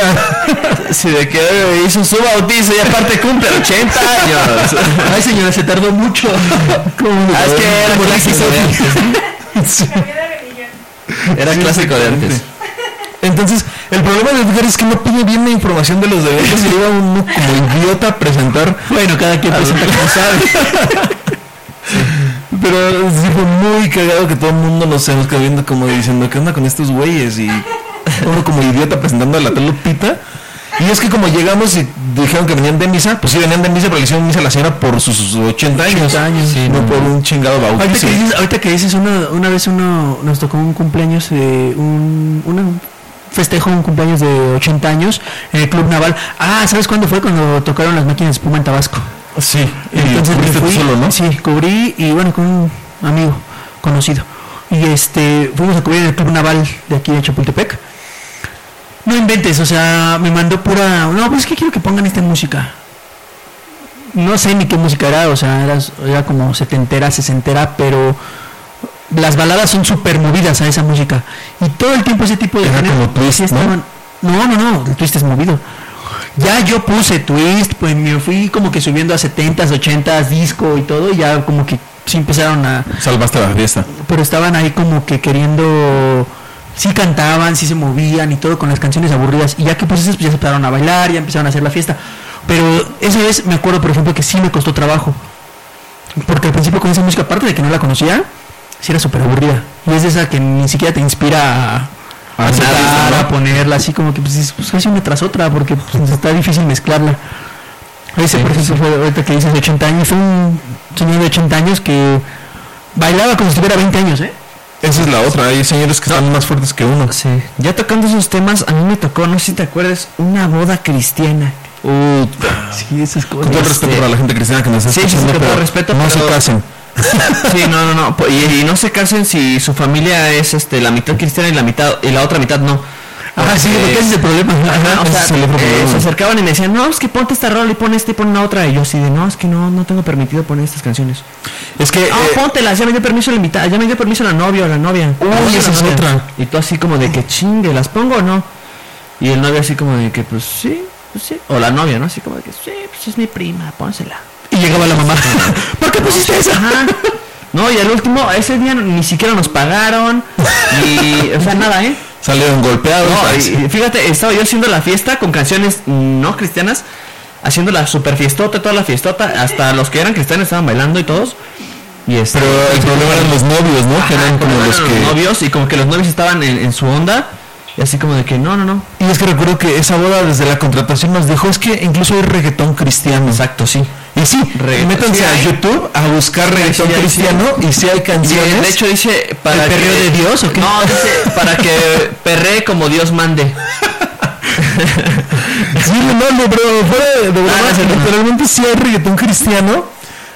Speaker 2: Si de que hizo su bautizo y aparte cumple 80 años.
Speaker 3: Ay señora, se tardó mucho.
Speaker 1: ¿Cómo
Speaker 2: (laughs) Ah, es que era
Speaker 1: ¿Cómo la
Speaker 2: clásico ¿eh?
Speaker 1: quiso?
Speaker 2: de antes.
Speaker 4: Cambió de religión.
Speaker 2: Era clásico de antes.
Speaker 1: Entonces, el problema de Edgar es que no pide bien la información de los eventos y iba uno como idiota a presentar
Speaker 3: Bueno, cada quien presenta como sabe.
Speaker 1: Pero sí fue muy cagado que todo el mundo nos se nos quedó viendo como diciendo, ¿qué onda con estos güeyes? Y uno como idiota presentando a la tal Lupita. Y es que como llegamos y dijeron que venían de misa, pues sí venían de misa, pero le hicieron misa a la señora por sus 80 años.
Speaker 3: 80 años.
Speaker 1: Sí, no, por un chingado
Speaker 3: Ahorita
Speaker 1: bautizo.
Speaker 3: que dices, ahorita que dices una, una vez uno nos tocó un cumpleaños, eh, un, un festejo, un cumpleaños de 80 años en el Club Naval. Ah, ¿sabes cuándo fue? Cuando tocaron las máquinas de espuma en Tabasco.
Speaker 1: Sí, y
Speaker 3: Entonces
Speaker 1: entonces
Speaker 3: me fui,
Speaker 1: solo, ¿no?
Speaker 3: Sí, cubrí y bueno, con un amigo conocido. Y este, fuimos a cubrir el Club Naval de aquí de Chapultepec. No inventes, o sea, me mandó pura. No, pues es que quiero que pongan esta música. No sé ni qué música era, o sea, era, era como setentera, sesentera, pero las baladas son súper movidas a esa música. Y todo el tiempo ese tipo de.
Speaker 1: Era
Speaker 3: género-
Speaker 1: como twist,
Speaker 3: sí
Speaker 1: ¿no?
Speaker 3: estaban- no, no, no, el twist es movido. Ya yo puse twist, pues me fui como que subiendo a 70s, 80s, disco y todo, y ya como que sí empezaron a...
Speaker 1: Salvaste la fiesta.
Speaker 3: Pero estaban ahí como que queriendo... Sí cantaban, sí se movían y todo con las canciones aburridas. Y ya que puse esas, pues ya se empezaron a bailar, ya empezaron a hacer la fiesta. Pero esa vez me acuerdo, por ejemplo, que sí me costó trabajo. Porque al principio con esa música, aparte de que no la conocía, sí era súper aburrida. Y es de esa que ni siquiera te inspira a a saltar, a ponerla así como que pues, dices, pues casi una tras otra porque pues, está difícil mezclarla. Ese, por ejemplo, fue ahorita que dices de 80 años, fue un señor de 80 años que bailaba como si tuviera 20 años, ¿eh?
Speaker 1: Esa es la otra, hay señores que están más fuertes que uno.
Speaker 2: Sí. Ya tocando esos temas, a mí me tocó, no sé si te acuerdas, Pues, una boda cristiana.
Speaker 3: Sí, esas cosas.
Speaker 1: Con todo respeto
Speaker 2: Este-
Speaker 1: para la gente cristiana que nos está
Speaker 2: Uh, Sí, sí, sí,
Speaker 1: escuchando,
Speaker 2: con todo
Speaker 1: pero
Speaker 2: respeto,
Speaker 1: no
Speaker 2: pero-
Speaker 1: se casen.
Speaker 2: Sí, no, no, no. po- Y, y no se casen si su familia es este la mitad cristiana y la mitad y la otra mitad no.
Speaker 3: Ajá, Ah, sí, porque ese es el problema.
Speaker 2: Ajá, o
Speaker 1: Ese
Speaker 2: sea,
Speaker 1: es el otro
Speaker 2: eh,
Speaker 1: problema.
Speaker 2: se acercaban y me decían, no, es que ponte esta rola y pon esta y pon una otra. Y yo así de, no, es que no, no tengo permitido poner estas canciones.
Speaker 1: Es que.
Speaker 2: Ah,
Speaker 1: eh,
Speaker 2: póntelas, ya me dio permiso la invitada, ya me dio permiso la novia o la novia.
Speaker 1: Uy,
Speaker 2: La novia o la
Speaker 1: esa es
Speaker 2: novia.
Speaker 1: otra.
Speaker 2: Y tú así como de que chingue, ¿las pongo o no? Y el novio así como de que, pues sí, pues sí. O la novia, ¿no? Así como de que, sí, pues es mi prima, pónsela.
Speaker 3: Y llegaba la mamá. (laughs) ¿Por qué pusiste esa?
Speaker 2: Ajá. No, y al último, ese día ni siquiera nos pagaron. Y, o sea, nada, ¿eh?
Speaker 1: salieron golpeados.
Speaker 2: No,
Speaker 1: así.
Speaker 2: y- y fíjate, estaba yo haciendo la fiesta con canciones no cristianas, haciendo la super fiestota, toda la fiestota, hasta los que eran cristianos estaban bailando y todos. Y este,
Speaker 1: Pero el problema eran los novios, ¿no?
Speaker 2: ajá,
Speaker 1: que eran como
Speaker 2: eran
Speaker 1: los que.
Speaker 2: novios y como que los novios estaban en, en su onda y así como de que no, no, no.
Speaker 1: Y es que recuerdo que esa boda desde la contratación nos dijo, es que incluso hay reggaetón cristiano.
Speaker 2: Exacto, sí.
Speaker 1: Y sí,
Speaker 2: Reggaetón.
Speaker 1: métanse
Speaker 2: Sí
Speaker 1: a
Speaker 2: hay.
Speaker 1: YouTube a buscar reggaetón
Speaker 2: sí hay,
Speaker 1: cristiano y si hay
Speaker 2: Y, eh,
Speaker 1: canciones.
Speaker 2: de hecho dice para
Speaker 1: ¿El perreo
Speaker 2: que-
Speaker 1: de Dios o qué?
Speaker 2: No, dice
Speaker 1: (laughs)
Speaker 2: para que perree como Dios mande.
Speaker 1: Sí, no, no, pero fuera de, de broma,
Speaker 2: no, Ah, sí, no.
Speaker 1: literalmente sí hay reggaetón cristiano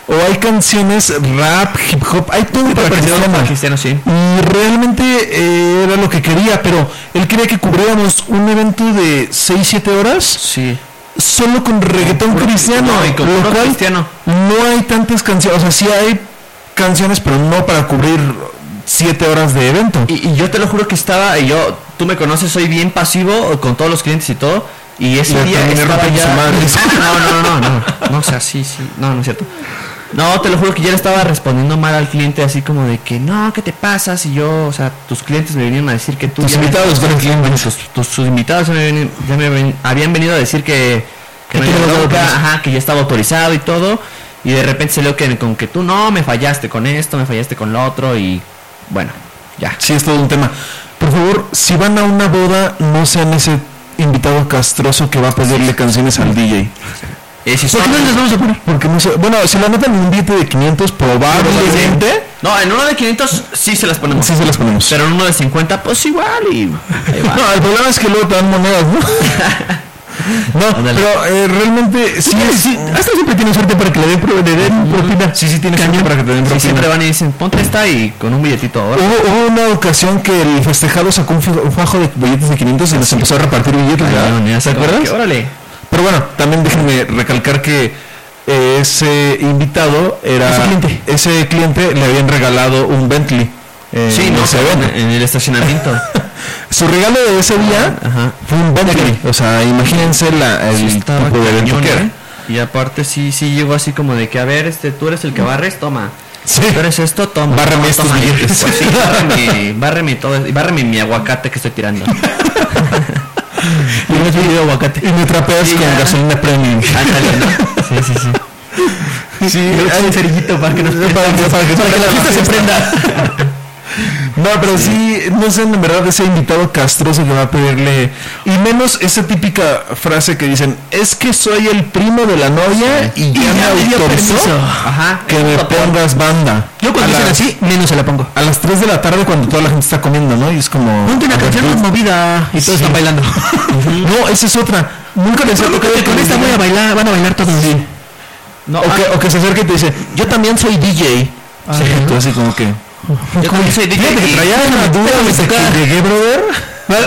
Speaker 1: o hay canciones rap, hip hop, hay todo para que se
Speaker 2: Cristiano,
Speaker 1: coma.
Speaker 2: cristiano, sí.
Speaker 1: Y realmente eh, era lo que quería, pero él quería que cubriéramos un evento de 6-7 horas
Speaker 2: Sí.
Speaker 1: solo con reggaetón
Speaker 2: Puro-
Speaker 1: cristiano,
Speaker 2: no, y con
Speaker 1: lo
Speaker 2: puro
Speaker 1: cual
Speaker 2: cristiano.
Speaker 1: no hay tantas canciones, o sea, sí hay canciones, pero no para cubrir 7 horas de evento.
Speaker 2: Y, y yo te lo juro que estaba, y yo, tú me conoces, soy bien pasivo con todos los clientes y todo. Y ese
Speaker 1: Le
Speaker 2: día
Speaker 1: terminé
Speaker 2: estaba
Speaker 1: rompiendo
Speaker 2: ya...
Speaker 1: su madre.
Speaker 2: (laughs) No, no, no, no, no, no, o sea, sí, sí, no, no es cierto. No, te lo juro que ya le estaba respondiendo mal al cliente, así como de que, no, ¿qué te pasa? Si yo, o sea, tus clientes me vinieron a decir que tú...
Speaker 1: Tus
Speaker 2: ya me-
Speaker 1: invitados, Franklin.
Speaker 2: Bueno, tus, tus- sus invitados ya me, vienen- ya me ven- habían venido a decir que... Que,
Speaker 1: Que
Speaker 2: no
Speaker 1: tú
Speaker 2: era
Speaker 1: no lo
Speaker 2: loca,
Speaker 1: autorizas.
Speaker 2: ajá, que ya estaba autorizado y todo. Y de repente se leo que con que tú, no, me fallaste con esto, me fallaste con lo otro y... Bueno, ya.
Speaker 1: Sí, es todo un tema. Por favor, si van a una boda, no sean ese invitado castroso que va a pedirle canciones al DJ.
Speaker 2: Eh, si
Speaker 1: ¿Por qué
Speaker 2: son-
Speaker 1: no les vamos a poner? Porque no sé- Bueno, si la anotan en un billete de 500, probablemente.
Speaker 2: No, en uno de 500 sí se las ponemos.
Speaker 1: Sí, se las ponemos.
Speaker 2: Pero en uno de 50, pues igual y. ahí va.
Speaker 1: (laughs) No, el problema es que luego te dan monedas, ¿no? (laughs) No,
Speaker 2: Ándale.
Speaker 1: pero eh, realmente sí, sí, hasta siempre tienen suerte para que le den, pro- le den propina. Sí, sí, tienes suerte para que te den
Speaker 2: Sí,
Speaker 1: propina.
Speaker 2: siempre van y dicen, ponte esta y con un billetito ahora.
Speaker 1: Hubo, hubo una ocasión que el festejado sacó un fi- un fajo de billetes de 500 y nos empezó a repartir billetes.
Speaker 2: Cañón,
Speaker 1: ¿verdad?
Speaker 2: ya
Speaker 1: ¿Te
Speaker 2: sé, como
Speaker 1: acuerdas?
Speaker 2: que, Órale.
Speaker 1: Pero bueno, también déjenme recalcar que eh, ese invitado era
Speaker 2: Ese cliente.
Speaker 1: ese cliente le habían regalado un Bentley. eh,
Speaker 2: Sí,
Speaker 1: en
Speaker 2: no,
Speaker 1: ese
Speaker 2: en,
Speaker 1: evento.
Speaker 2: en
Speaker 1: (laughs)
Speaker 2: el estacionamiento.
Speaker 1: Su regalo de ese día
Speaker 2: Ajá.
Speaker 1: fue un Bentley. O sea, imagínense la,
Speaker 2: Sí,
Speaker 1: el
Speaker 2: estaba
Speaker 1: tipo de evento
Speaker 2: cañón,
Speaker 1: que era.
Speaker 2: ¿eh? Y aparte sí, sí llegó así como de que, a ver, este, tú eres el que barres, toma.
Speaker 1: Sí.
Speaker 2: Tú eres esto, toma.
Speaker 1: Bárreme estos
Speaker 2: toma, toma. Y,
Speaker 1: billetes. (laughs)
Speaker 2: pues, sí, bárreme, bárreme todo, bárreme mi aguacate que
Speaker 1: (laughs)
Speaker 2: estoy tirando.
Speaker 1: Y me pidió aguacate. Y me trapeas
Speaker 2: Sí,
Speaker 1: con
Speaker 2: ya.
Speaker 1: gasolina premium.
Speaker 2: Ándale,
Speaker 1: (laughs)
Speaker 2: ¿no? Sí, sí, sí.
Speaker 3: (laughs)
Speaker 1: Sí, un cerillito para que, no- para que- para que- para que la fiesta
Speaker 2: (laughs)
Speaker 1: se prenda. No, pero sí, no sé, en verdad, ese invitado castroso que va a pedirle. Y menos esa típica frase que dicen: Es que soy el primo de la novia y ya me
Speaker 3: me dio
Speaker 1: autorizó
Speaker 3: permiso.
Speaker 2: Ajá.
Speaker 1: que me pongas banda.
Speaker 3: Yo
Speaker 1: A
Speaker 3: cuando dicen
Speaker 1: las-
Speaker 3: así, menos se la pongo.
Speaker 1: A las 3 de la tarde, cuando toda la gente está comiendo, ¿no? Y es como.
Speaker 3: Ponte una
Speaker 1: a ver,
Speaker 3: canción
Speaker 1: tú-
Speaker 3: más movida y todos están bailando.
Speaker 1: No, esa es otra. Nunca les ha tocado
Speaker 3: Con esta voy a bailar, van a bailar todos.
Speaker 2: No,
Speaker 1: o, que, o que se acerque y te dice: Yo también soy DJ. Sí,
Speaker 3: Ajá.
Speaker 1: tú así como que.
Speaker 2: Yo también soy DJ.
Speaker 1: Fíjate que
Speaker 2: y-
Speaker 1: traía una
Speaker 3: Ah,
Speaker 1: duda desde que llegué, brother.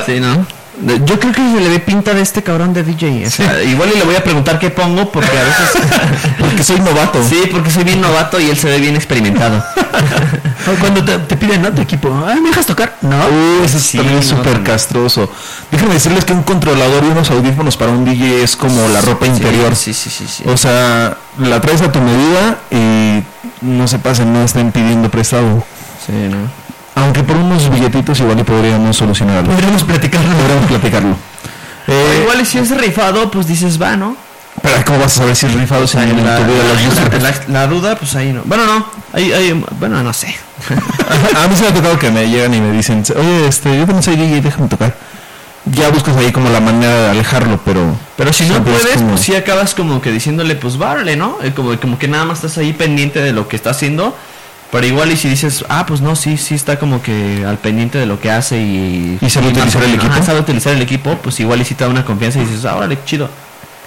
Speaker 2: Sí, ¿no? De- Yo creo que se le ve pinta de este cabrón de DJ. o sea, Igual y le voy a preguntar qué pongo porque a (laughs) veces...
Speaker 1: Porque soy novato.
Speaker 2: sí, porque soy bien novato y él se ve bien experimentado.
Speaker 3: O cuando te, te piden, ¿no? Tu equipo, ah, ¿me dejas tocar? No.
Speaker 1: Uh, ese es
Speaker 2: Sí,
Speaker 1: también
Speaker 2: no,
Speaker 1: súper
Speaker 2: no.
Speaker 1: castroso. Déjenme decirles que un controlador y unos audífonos para un DJ es como la ropa interior.
Speaker 2: Sí, sí, sí, sí.
Speaker 1: O sea, la traes a tu medida y no se pasen, no estén pidiendo prestado.
Speaker 2: Sí, ¿no?
Speaker 1: Aunque por unos billetitos igual y podríamos solucionarlo. Podríamos platicarlo. Podríamos platicarlo. Eh,
Speaker 2: Igual y si es rifado, pues dices, va, ¿no?
Speaker 1: Pero ¿cómo vas a saber si es rifado si
Speaker 2: O sea,
Speaker 1: en
Speaker 2: la,
Speaker 1: tu vida lo has visto?
Speaker 2: la- la- la duda, pues ahí no. Bueno, no. Ahí, ahí- bueno, no (laughs) sé.
Speaker 1: A mí se me ha tocado que me llegan y me dicen, oye, este, yo también soy DJ, déjame tocar. Ya buscas ahí como la manera de alejarlo, pero...
Speaker 2: Pero si no
Speaker 1: siempre es
Speaker 2: puedes,
Speaker 1: como-
Speaker 2: pues sí acabas como que diciéndole, pues várale, ¿no? Eh, Como, como que nada más estás ahí pendiente de lo que está haciendo. Pero igual y si dices, ah, pues no, sí, sí está como que al pendiente de lo que hace y...
Speaker 1: ¿Y sabe
Speaker 2: más o
Speaker 1: utilizar el
Speaker 2: menos, ajá,
Speaker 1: equipo?
Speaker 2: sabe utilizar el equipo, pues igual y si te da una confianza y dices, ah, órale, chido.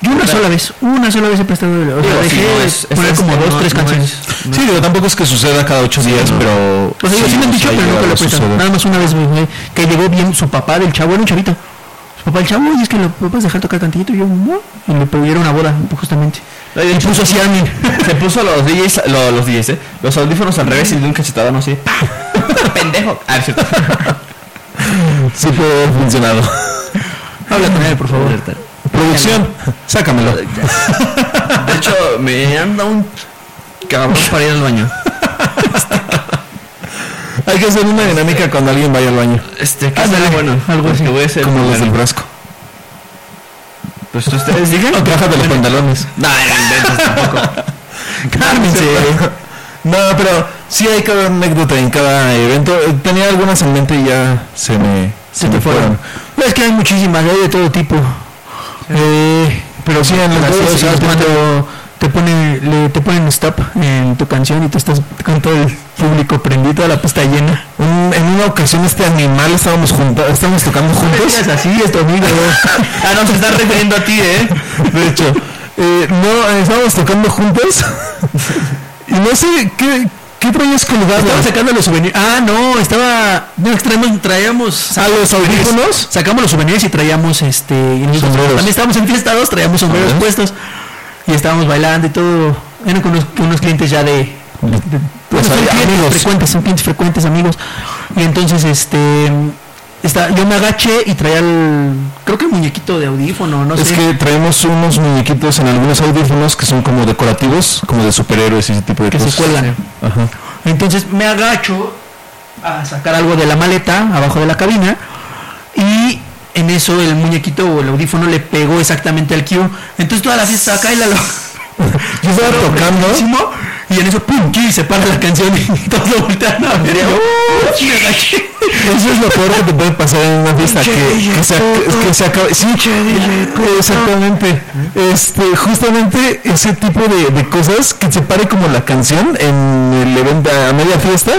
Speaker 3: Yo una sola vez, una sola vez he prestado. O sea,
Speaker 2: Digo,
Speaker 3: dejé
Speaker 2: si no
Speaker 3: de
Speaker 2: es- es-
Speaker 3: poner
Speaker 2: es-
Speaker 3: como
Speaker 2: no-
Speaker 3: dos,
Speaker 2: no
Speaker 3: tres
Speaker 2: es-
Speaker 3: canciones.
Speaker 1: Sí, digo, tampoco es que suceda cada ocho días, pero...
Speaker 3: O sea, digo, sí me han
Speaker 1: o
Speaker 3: dicho,
Speaker 1: sea,
Speaker 3: pero
Speaker 1: llega
Speaker 3: nunca lo
Speaker 1: a
Speaker 3: he prestado.
Speaker 1: suceder.
Speaker 3: Nada más una vez, güey, que llegó bien su papá del chavo, era un chavito. papá el chavo, y es que lo puedes dejar tocar tantito. Y yo, no. Y me pidieron una boda, justamente.
Speaker 2: No, y de
Speaker 3: Y
Speaker 2: hecho-
Speaker 3: puso así a mí.
Speaker 2: (laughs) Se puso los DJs, lo- los DJs, ¿eh? Los audífonos al revés y de un cachetadón así. ¡pa! (laughs) ¡Pendejo! Ah, es cierto.
Speaker 1: Sí pudo haber funcionado.
Speaker 3: Habla con él, por favor.
Speaker 1: Producción, sácamelo.
Speaker 2: De hecho, me anda un cabrón para ir al baño.
Speaker 1: Hay que hacer una dinámica cuando alguien vaya al baño.
Speaker 2: Este, ¿qué será bueno?
Speaker 3: algo así.
Speaker 2: Que voy a hacer.
Speaker 1: Como los del
Speaker 2: bueno,
Speaker 1: brasco.
Speaker 2: Pues ustedes digan.
Speaker 1: No, de los pantalones.
Speaker 2: No, no inventes tampoco.
Speaker 1: Cálmense. (laughs) No, pero sí hay cada anécdota en cada evento. Eh, Tenía algunas en mente y ya se me, se me fueron.
Speaker 3: Pues es que hay muchísimas, hay de todo tipo. Eh,
Speaker 1: Pero sí, en las
Speaker 3: Así
Speaker 1: dos
Speaker 3: es,
Speaker 1: horas
Speaker 3: cuando
Speaker 1: cuando-
Speaker 3: te pone, le- te ponen stop en tu canción y tú estás con todo el público prendido, toda la pista llena.
Speaker 1: un- en una ocasión este animal estábamos juntos, estábamos tocando juntos.
Speaker 3: Es así, es tu amigo. (laughs)
Speaker 2: Ah, no, se está refiriendo a ti, ¿eh?
Speaker 1: De hecho, eh, no, eh, estábamos tocando juntos. y no sé qué, qué traías colgado.
Speaker 3: Estaba sacando los souvenirs. Ah, no, estaba. No, traíamos. traíamos
Speaker 1: ¿A Ah, los audífonos?
Speaker 3: sacamos los souvenirs y traíamos este. y nosotros
Speaker 1: Sombreros.
Speaker 3: También estábamos en fiesta dos, traíamos sombreros
Speaker 1: Ajá.
Speaker 3: puestos. Y estábamos bailando y todo. Eran con unos, con unos clientes ya de.
Speaker 1: Pues,
Speaker 3: Bueno, son
Speaker 1: hay
Speaker 3: clientes
Speaker 1: amigos.
Speaker 3: frecuentes, son clientes frecuentes, amigos. Y entonces, este. Está, yo me agaché y traía el. Creo que el muñequito de audífono, no
Speaker 1: Es
Speaker 3: sé.
Speaker 1: que traemos unos muñequitos en algunos audífonos que son como decorativos, como de superhéroes y ese tipo de
Speaker 3: Que se
Speaker 1: cosas.
Speaker 3: cuelgan.
Speaker 1: Ajá.
Speaker 3: Entonces me agacho a sacar algo de la maleta abajo de la cabina y en eso el muñequito o el audífono le pegó exactamente al Q. Entonces toda la fiesta acá y la
Speaker 1: (laughs)
Speaker 3: lo...
Speaker 1: Yo estaba
Speaker 3: Pero
Speaker 1: tocando.
Speaker 3: prendidísimo, y en eso pum, Q, se para la canción
Speaker 2: (laughs)
Speaker 3: y todos voltean a ver.
Speaker 1: ¡Oh!
Speaker 2: Oh,
Speaker 3: Yo, me agaché.
Speaker 1: Eso es lo peor que te puede pasar en una fiesta que, que se, ac- que se acaba. Sí, exactamente. Este, justamente ese tipo de, de cosas que se pare como la canción en el evento a media fiesta,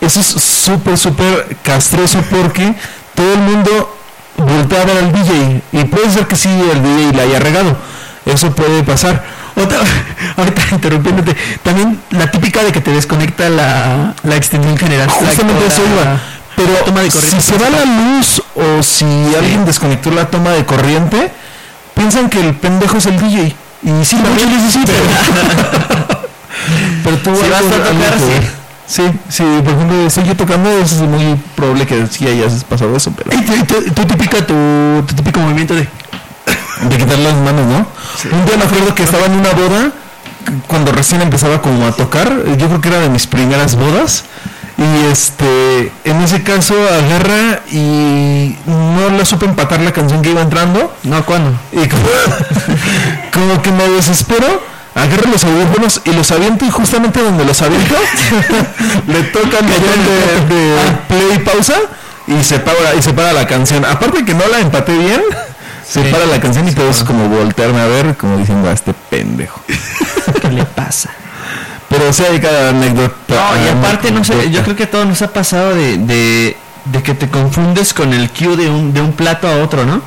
Speaker 1: eso es súper, súper castroso porque todo el mundo voltea a ver al DJ y puede ser que sí el DJ la haya regado. Eso puede pasar. (laughs)
Speaker 3: Otra, ahorita interrumpiéndote, también la típica de que te desconecta la, la extensión general.
Speaker 1: Justamente
Speaker 3: La-
Speaker 1: eso iba. Pero
Speaker 3: toma de corriente.
Speaker 1: si se va la luz o si alguien desconectó la toma de corriente, piensan que el pendejo es el DJ. Y sí, la muchas veces sí, (laughs) pero- pero tú
Speaker 2: Si
Speaker 1: algo-
Speaker 2: vas a
Speaker 1: algo
Speaker 2: tocar,
Speaker 1: que
Speaker 2: sí.
Speaker 1: ver. sí. Sí, por ejemplo, estoy yo tocando, es muy probable que sí hayas pasado eso, pero...
Speaker 3: Y tu, tu- tu típica, tu, tu típico movimiento de...
Speaker 1: De quitar las manos, ¿no? Un día me acuerdo que estaba en una boda, c- cuando recién empezaba como a tocar, eh, yo creo que era de mis primeras bodas, y este, en ese caso agarra y no la supe empatar la canción que iba entrando,
Speaker 3: No, ¿cuándo?
Speaker 1: y (laughs) como, como que me desespero, agarro los audífonos y los aviento, y justamente donde los aviento, (laughs) le tocan el botón de, de play y pausa, y se, para, y se para la canción. Aparte que no la empaté bien, se para la canción y todos como voltearme a ver, como diciendo a este pendejo.
Speaker 3: ¿Qué le pasa?
Speaker 1: Pero sí hay cada anécdota. Ah,
Speaker 2: No, y aparte, no sé, yo
Speaker 1: anécdota.
Speaker 2: creo que a todos nos ha pasado de, de, de que te confundes con el cue de un, de un plato a otro, ¿no?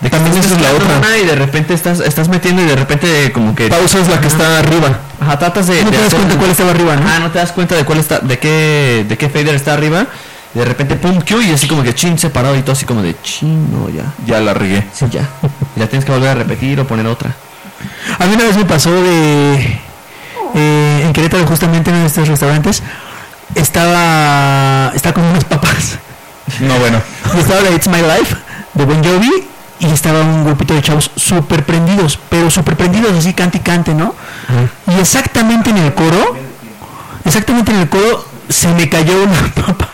Speaker 2: De que
Speaker 1: También
Speaker 2: estás
Speaker 1: esa es la
Speaker 2: mezclando
Speaker 1: otra.
Speaker 2: una Y de repente estás, estás metiendo y de repente como que...
Speaker 1: Pausa es la que está arriba.
Speaker 2: Ajá, tratas de...
Speaker 3: No
Speaker 2: de
Speaker 3: te das
Speaker 2: hacer-
Speaker 3: cuenta cuál estaba arriba, ¿no?
Speaker 2: Ah, no te das cuenta de cuál está, de qué, de qué fader está arriba. Y de repente, pum, Q y así como que chin separado y todo así como de chin, no, ya,
Speaker 1: Ya la regué.
Speaker 2: sí, ya. Y la tienes que volver a repetir o poner otra.
Speaker 3: A mí una vez me pasó de. eh, en Querétaro, justamente en uno de estos restaurantes, estaba. Estaba con unas papas.
Speaker 1: No, bueno.
Speaker 3: Y estaba la It's My Life de Bon Jovi. Y estaba un grupito de chavos súper prendidos, pero súper prendidos, así cante y cante, ¿no? Y exactamente en el coro, exactamente en el coro, se me cayó una (laughs) papa.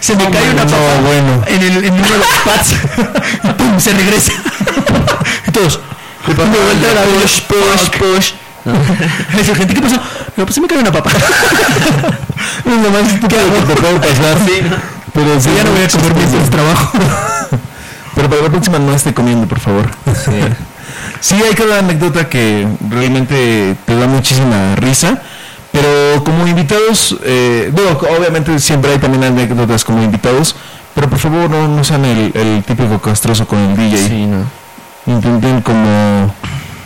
Speaker 3: Se me cayó una
Speaker 1: no,
Speaker 3: papa
Speaker 1: bueno.
Speaker 3: en, el, en uno de los
Speaker 1: (laughs)
Speaker 3: pads. y pum, se regresa. (laughs) y todos,
Speaker 1: Y papá,
Speaker 3: me voltea la voz,
Speaker 1: push,
Speaker 3: (laughs)
Speaker 1: push.
Speaker 3: Le dije, gente, ¿qué pasó? No, pues se me cayó
Speaker 1: (laughs)
Speaker 3: una papa. (laughs)
Speaker 1: Es (laughs) lo más estúpido que te puede pasar. Pero sí,
Speaker 3: ya no voy a comer mis
Speaker 1: chistes.
Speaker 3: del trabajo.
Speaker 1: Pero para la próxima no esté comiendo, por favor. (laughs) Sí. hay cada anécdota que realmente te da muchísima risa. Pero como invitados, eh, digo, obviamente siempre hay también anécdotas como invitados. Pero por favor no, no sean el, el típico castroso con el DJ.
Speaker 2: no.
Speaker 1: Intenten como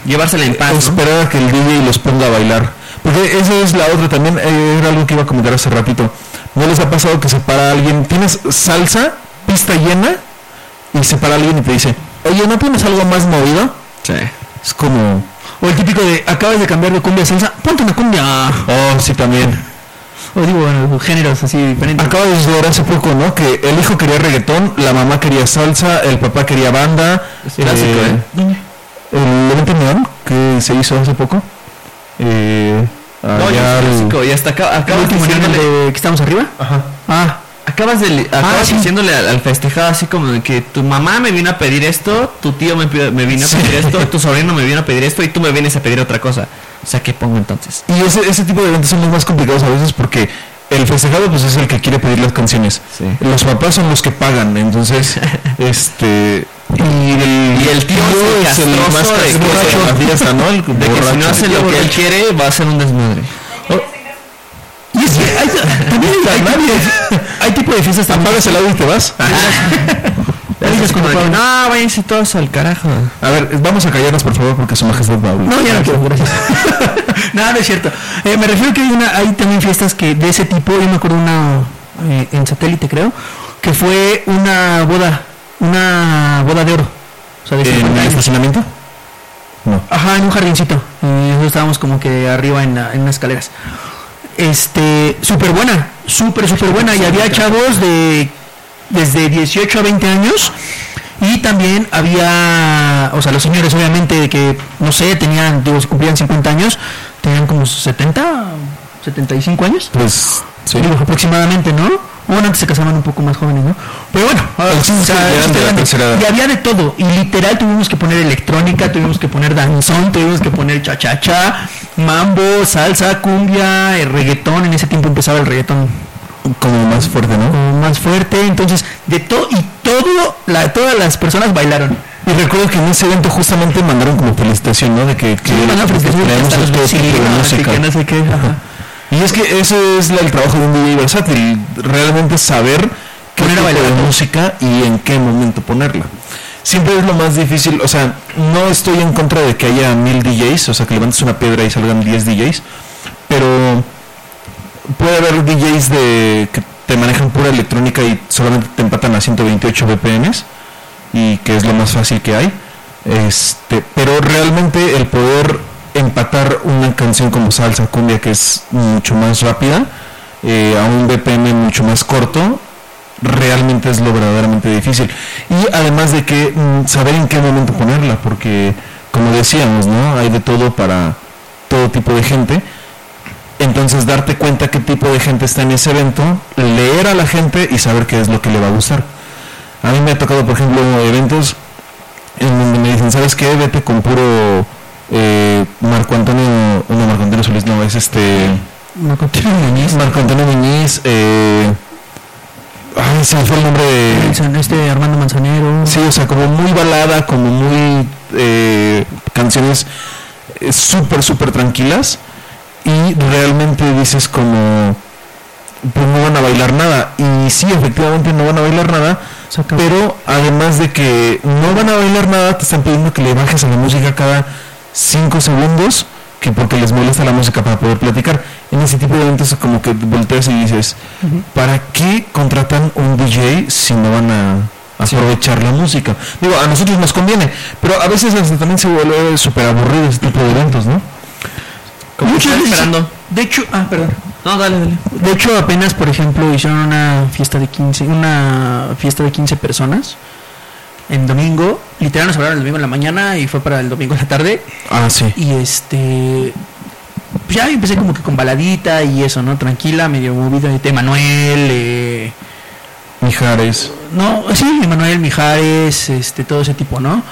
Speaker 2: Llevársela en paz, ¿no?
Speaker 1: esperar a que el DJ los ponga a bailar. Porque esa es la otra también, eh, era algo que iba a comentar hace ratito. ¿No les ha pasado que se para alguien? ¿Tienes salsa, pista llena y se para alguien y te dice, oye, ¿no pones algo más movido?
Speaker 2: Sí.
Speaker 1: Es como,
Speaker 3: O el típico de, acabas de cambiar de cumbia a salsa, ponte una cumbia.
Speaker 1: oh, sí, también.
Speaker 3: O digo, bueno, géneros así diferentes.
Speaker 1: Acabo de ver hace poco, ¿no? Que el hijo quería reggaetón, la mamá quería salsa, el papá quería banda. eh,
Speaker 2: Es clásico, ¿eh?
Speaker 1: El evento neón que se hizo hace poco. Eh,
Speaker 2: No, ya
Speaker 1: allá
Speaker 2: es
Speaker 1: el-
Speaker 2: clásico, y hasta acá,
Speaker 3: ¿El
Speaker 2: acabas
Speaker 3: Ah, último nivel
Speaker 2: diciéndole,
Speaker 3: de Eh, que estamos arriba?
Speaker 1: Ajá.
Speaker 3: Ah,
Speaker 2: acabas, de, acabas
Speaker 3: sí.
Speaker 2: diciéndole al, al festejado así como de que tu mamá me vino a pedir esto, tu tío me, pi- me vino a
Speaker 1: Sí.
Speaker 2: pedir
Speaker 3: (laughs)
Speaker 2: esto, tu sobrino me vino a pedir esto y tú me vienes a pedir otra cosa. O sea, ¿qué pongo entonces?
Speaker 1: Y ese, ese tipo de eventos son los más complicados a veces porque el festejado pues es el que quiere pedir las canciones.
Speaker 2: Sí.
Speaker 1: Los papás son los que pagan, entonces,
Speaker 2: (laughs)
Speaker 1: este... Y el,
Speaker 2: Y el tío es el castroso
Speaker 1: más
Speaker 2: de que
Speaker 1: castroso de
Speaker 2: se-
Speaker 1: la fiesta, ¿no? El
Speaker 2: (laughs) De que si no
Speaker 1: borracho.
Speaker 2: hace lo
Speaker 1: (laughs)
Speaker 2: que él quiere, va a ser un desmadre.
Speaker 1: Y es que hay, también hay,
Speaker 2: (laughs)
Speaker 1: hay, hay tipo de fiestas tan pagas el audio y te vas.
Speaker 2: Ah. Es
Speaker 3: dices
Speaker 2: como
Speaker 3: como
Speaker 2: de que,
Speaker 3: Pablo.
Speaker 2: no, váyanse todos al carajo.
Speaker 1: A ver, vamos a callarnos por favor porque su majestad va a hablar.
Speaker 3: no, ya no quiero, gracias. no, no es cierto. (laughs) Eh, me refiero que hay, una, hay también fiestas que de ese tipo, yo me acuerdo una eh, en satélite creo, que fue una boda, una boda de oro. O sea, de
Speaker 1: ¿En
Speaker 3: 50
Speaker 1: el
Speaker 3: años.
Speaker 1: estacionamiento? No.
Speaker 3: Ajá, en un jardincito. Y nosotros estábamos como que arriba en, la- en unas escaleras. Este, súper buena, súper, súper buena. Y había chavos de desde 18 a 20 años. Y también había, o sea, los señores obviamente que, no sé, tenían, digo, si cumplían 50 años, tenían como 70, 75 años.
Speaker 1: Pues, sí.
Speaker 3: Digo, aproximadamente, ¿no? Bueno, antes se casaban un poco más jóvenes, ¿no? Pero bueno,
Speaker 1: El chiste
Speaker 3: o
Speaker 1: es que
Speaker 3: sea,
Speaker 1: Ah, ya eran de la
Speaker 3: eran-
Speaker 1: tercera edad.
Speaker 3: y había de todo. Y literal tuvimos que poner electrónica, tuvimos que poner danzón, tuvimos que poner cha-cha-cha, mambo, salsa, cumbia, eh, reggaetón. En ese tiempo empezaba el reggaetón
Speaker 1: Como más fuerte, ¿no?
Speaker 3: como más fuerte. Entonces, de todo y todo, la, todas las personas bailaron.
Speaker 1: Y recuerdo que en ese evento justamente mandaron como felicitación, ¿no? De que, que
Speaker 3: Mandaron felicitaciones,
Speaker 1: traemos
Speaker 3: hasta los
Speaker 1: este tipo de
Speaker 3: vecinos,
Speaker 1: música.
Speaker 3: y que no sé qué, ajá.
Speaker 1: Y es que ese es la- el trabajo de un DJ versátil, realmente saber qué
Speaker 3: Poner a
Speaker 1: tipo de
Speaker 3: bailar.
Speaker 1: música y en qué momento ponerla. Siempre es lo más difícil, o sea, no estoy en contra de que haya mil DJs, o sea, que levantes una piedra y salgan 10 DJs, pero puede haber DJs de que te manejan pura electrónica y solamente te empatan a 128 BPMs y que es lo más fácil que hay. Este, pero realmente el poder empatar una canción como salsa cumbia que es mucho más rápida eh, a un BPM mucho más corto realmente es lo verdaderamente difícil y además de que mm, saber en qué momento ponerla porque como decíamos no hay de todo para todo tipo de gente entonces darte cuenta qué tipo de gente está en ese evento, leer a la gente y saber qué es lo que le va a gustar. A mí me ha tocado, por ejemplo, eventos en donde me dicen, ¿sabes qué? Vete con puro eh, Marco Antonio, no Marco Antonio Solís, no, es este... Marco Antonio Muñiz. Marco Antonio Muñiz, eh... Ay, se me fue el nombre de...
Speaker 3: Nelson, Este Armando Manzanero.
Speaker 1: Sí, o sea, como muy balada, como muy eh, canciones eh, súper, súper tranquilas. Y realmente dices como, pues no van a bailar nada. Y sí, efectivamente no van a bailar nada.
Speaker 3: Se acabó.
Speaker 1: Pero además de que no van a bailar nada, te están pidiendo que le bajes a la música cada 5 segundos, que porque les molesta la música para poder platicar. En ese tipo de eventos como que volteas y dices, ¿para qué contratan un DJ si no van a aprovechar la música? Digo, a nosotros nos conviene, pero a veces hasta también se vuelve súper aburrido ese tipo de eventos, ¿no?
Speaker 2: Como
Speaker 3: Muchas
Speaker 2: que
Speaker 3: veces-
Speaker 2: está esperando.
Speaker 3: De hecho, ah, perdón.
Speaker 2: No, dale, dale.
Speaker 3: De hecho, apenas, por ejemplo, hicieron una fiesta de 15, una fiesta de 15 personas en domingo. Literal nos hablaron el domingo en la mañana y fue para el domingo en la tarde.
Speaker 1: Ah, sí.
Speaker 3: Y este pues ya empecé como que con baladita y eso, ¿no? Tranquila, medio movida de tema Manuel, eh,
Speaker 1: Mijares.
Speaker 3: no, sí, Manuel Mijares, este, todo ese tipo, ¿no?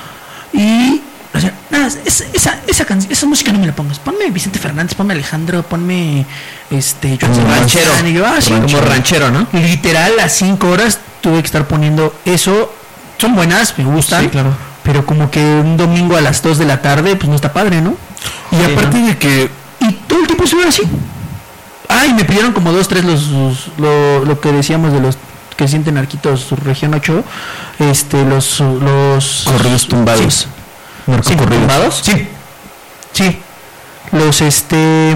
Speaker 3: Y o sea, nada, esa, esa, esa, can- esa música no me la pongas. Ponme Vicente Fernández, ponme Alejandro, ponme este Joan
Speaker 1: Como
Speaker 3: Sebastián.
Speaker 2: ranchero,
Speaker 3: Y yo, ah, sí,
Speaker 2: Como ranchero, ¿no?
Speaker 3: literal las 5 horas tuve que estar poniendo eso. Son buenas, me gustan.
Speaker 2: Sí, claro.
Speaker 3: Pero como que un domingo a las 2 de la tarde, pues no está padre, ¿no?
Speaker 1: Y
Speaker 2: Sí,
Speaker 1: aparte de que
Speaker 3: Y todo el tiempo estuvieron así. Ah, y me pidieron como dos, tres los, los- lo, lo que decíamos de los que sienten arquitos su región 8, este, los, los
Speaker 1: corridos tumbados.
Speaker 3: Sí.
Speaker 1: Narcocorridos.
Speaker 3: Sí. Sí. Los este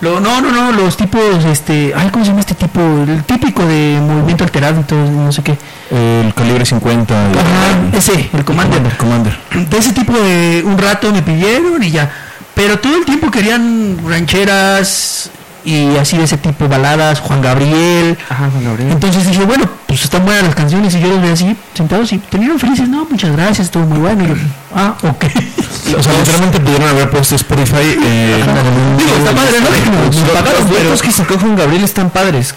Speaker 3: Lo, no, no, no, los tipos, este, ay, ¿cómo se llama este tipo? El típico de movimiento alterado, entonces, no sé qué.
Speaker 1: El calibre 50. el-
Speaker 3: Ajá,
Speaker 1: el-
Speaker 3: ese, el commander.
Speaker 1: el Commander.
Speaker 3: De ese tipo de un rato me pidieron y ya. Pero todo el tiempo querían rancheras y así de ese tipo, baladas, Juan Gabriel.
Speaker 2: Ajá, Juan Gabriel.
Speaker 3: Entonces dije, bueno, pues están buenas las canciones y yo los veía así, sentados y terminaron felices. No, muchas gracias, estuvo muy bueno. Y yo, ah, ok. (laughs)
Speaker 1: O sea, literalmente pudieron haber puesto Spotify. Eh,
Speaker 3: Digo, está padre, ¿no? Que nos- nos pagaron,
Speaker 2: Los
Speaker 3: pero-
Speaker 2: duetos que sacó Juan Gabriel están padres.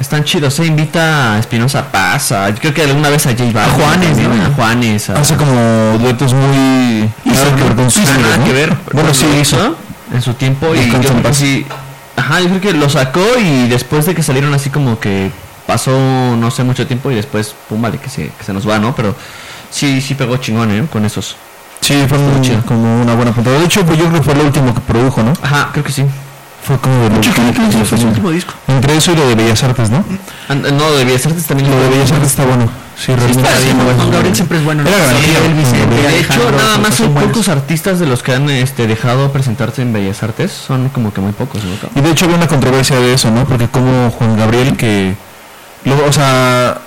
Speaker 2: Están chidos. Se invita a Espinosa Paz, a- yo creo que alguna vez a Ah, J Balvin.
Speaker 3: A Juanes,
Speaker 2: también,
Speaker 3: ¿no?
Speaker 2: A Juanes. A,
Speaker 1: hace como duetos muy. Nada que ver con sus
Speaker 2: Nada
Speaker 1: géneros, ¿no?
Speaker 2: que ver.
Speaker 1: Bueno, sí,
Speaker 2: ¿no?
Speaker 1: hizo.
Speaker 2: En su tiempo.
Speaker 1: Y
Speaker 2: Y yo
Speaker 1: con
Speaker 2: creo que
Speaker 1: Paz.
Speaker 2: sí. Ajá, yo creo que lo sacó y después de que salieron así como que pasó no sé mucho tiempo y después, pum, vale, que se, que se nos va, ¿no? Pero sí, sí pegó chingón, ¿eh? Con esos.
Speaker 1: Sí, fue un-
Speaker 2: chido.
Speaker 1: como una buena puntada. De hecho, pues yo creo que fue lo último que produjo, ¿no?
Speaker 2: Ajá, creo que sí.
Speaker 1: Fue como de lo
Speaker 3: Yo creo
Speaker 1: último
Speaker 3: que
Speaker 1: que
Speaker 3: ese fue su
Speaker 1: produjo.
Speaker 3: último disco.
Speaker 1: Entre eso y lo de Bellas Artes, ¿no?
Speaker 2: And- Ah, no, de Bellas Artes también.
Speaker 1: Lo de Bellas Artes está bueno. Sí, realmente.
Speaker 2: está bien,
Speaker 1: bueno.
Speaker 2: Juan
Speaker 3: Gabriel siempre es bueno, ¿no?
Speaker 1: Era garantía.
Speaker 3: Sí, Elvis,
Speaker 1: Juan
Speaker 3: eh,
Speaker 1: Gabriel.
Speaker 2: De hecho,
Speaker 3: Alejandro,
Speaker 2: nada más
Speaker 3: son
Speaker 2: son
Speaker 3: buenos.
Speaker 2: pocos artistas de los que han este, dejado presentarse en Bellas Artes. Son como que muy pocos, ¿no?
Speaker 1: Y de hecho había una controversia de eso, ¿no? Porque como Juan Gabriel que... luego, o sea,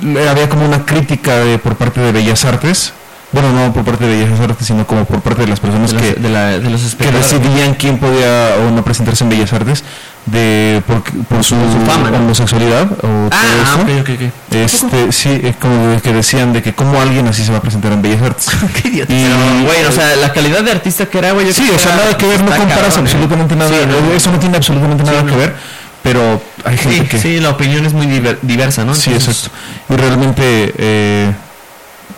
Speaker 1: le- había como una crítica de, por parte de Bellas Artes. Bueno, no por parte de Bellas Artes, sino como por parte de las personas
Speaker 2: De,
Speaker 1: que,
Speaker 2: las- de la- de los
Speaker 1: que
Speaker 2: espectadores.
Speaker 1: decidían quién podía o no presentarse en Bellas Artes de, por, por su,
Speaker 2: su fama, ¿no?
Speaker 1: homosexualidad o todo
Speaker 2: Ah,
Speaker 1: eso.
Speaker 2: ok,
Speaker 1: (laughs)
Speaker 2: ok, ok.
Speaker 1: Este, sí, es como de que decían de que cómo alguien así se va a presentar en Bellas Artes.
Speaker 3: Qué idiota.
Speaker 1: Y-
Speaker 2: Pero, güey, o sea, la calidad de artista que era, güey. yo
Speaker 1: Sí,
Speaker 2: creo
Speaker 1: o sea,
Speaker 2: era-
Speaker 1: nada que ver, no
Speaker 2: está
Speaker 1: comparas
Speaker 2: cabrón, ¿eh?
Speaker 1: absolutamente nada.
Speaker 2: Sí, no,
Speaker 1: Eso no tiene absolutamente nada
Speaker 2: Sí,
Speaker 1: que
Speaker 2: no.
Speaker 1: ver, pero hay gente
Speaker 2: Sí,
Speaker 1: que... Sí,
Speaker 2: sí, la opinión es muy diver- diversa, ¿no? Entonces,
Speaker 1: exacto. Y realmente eh,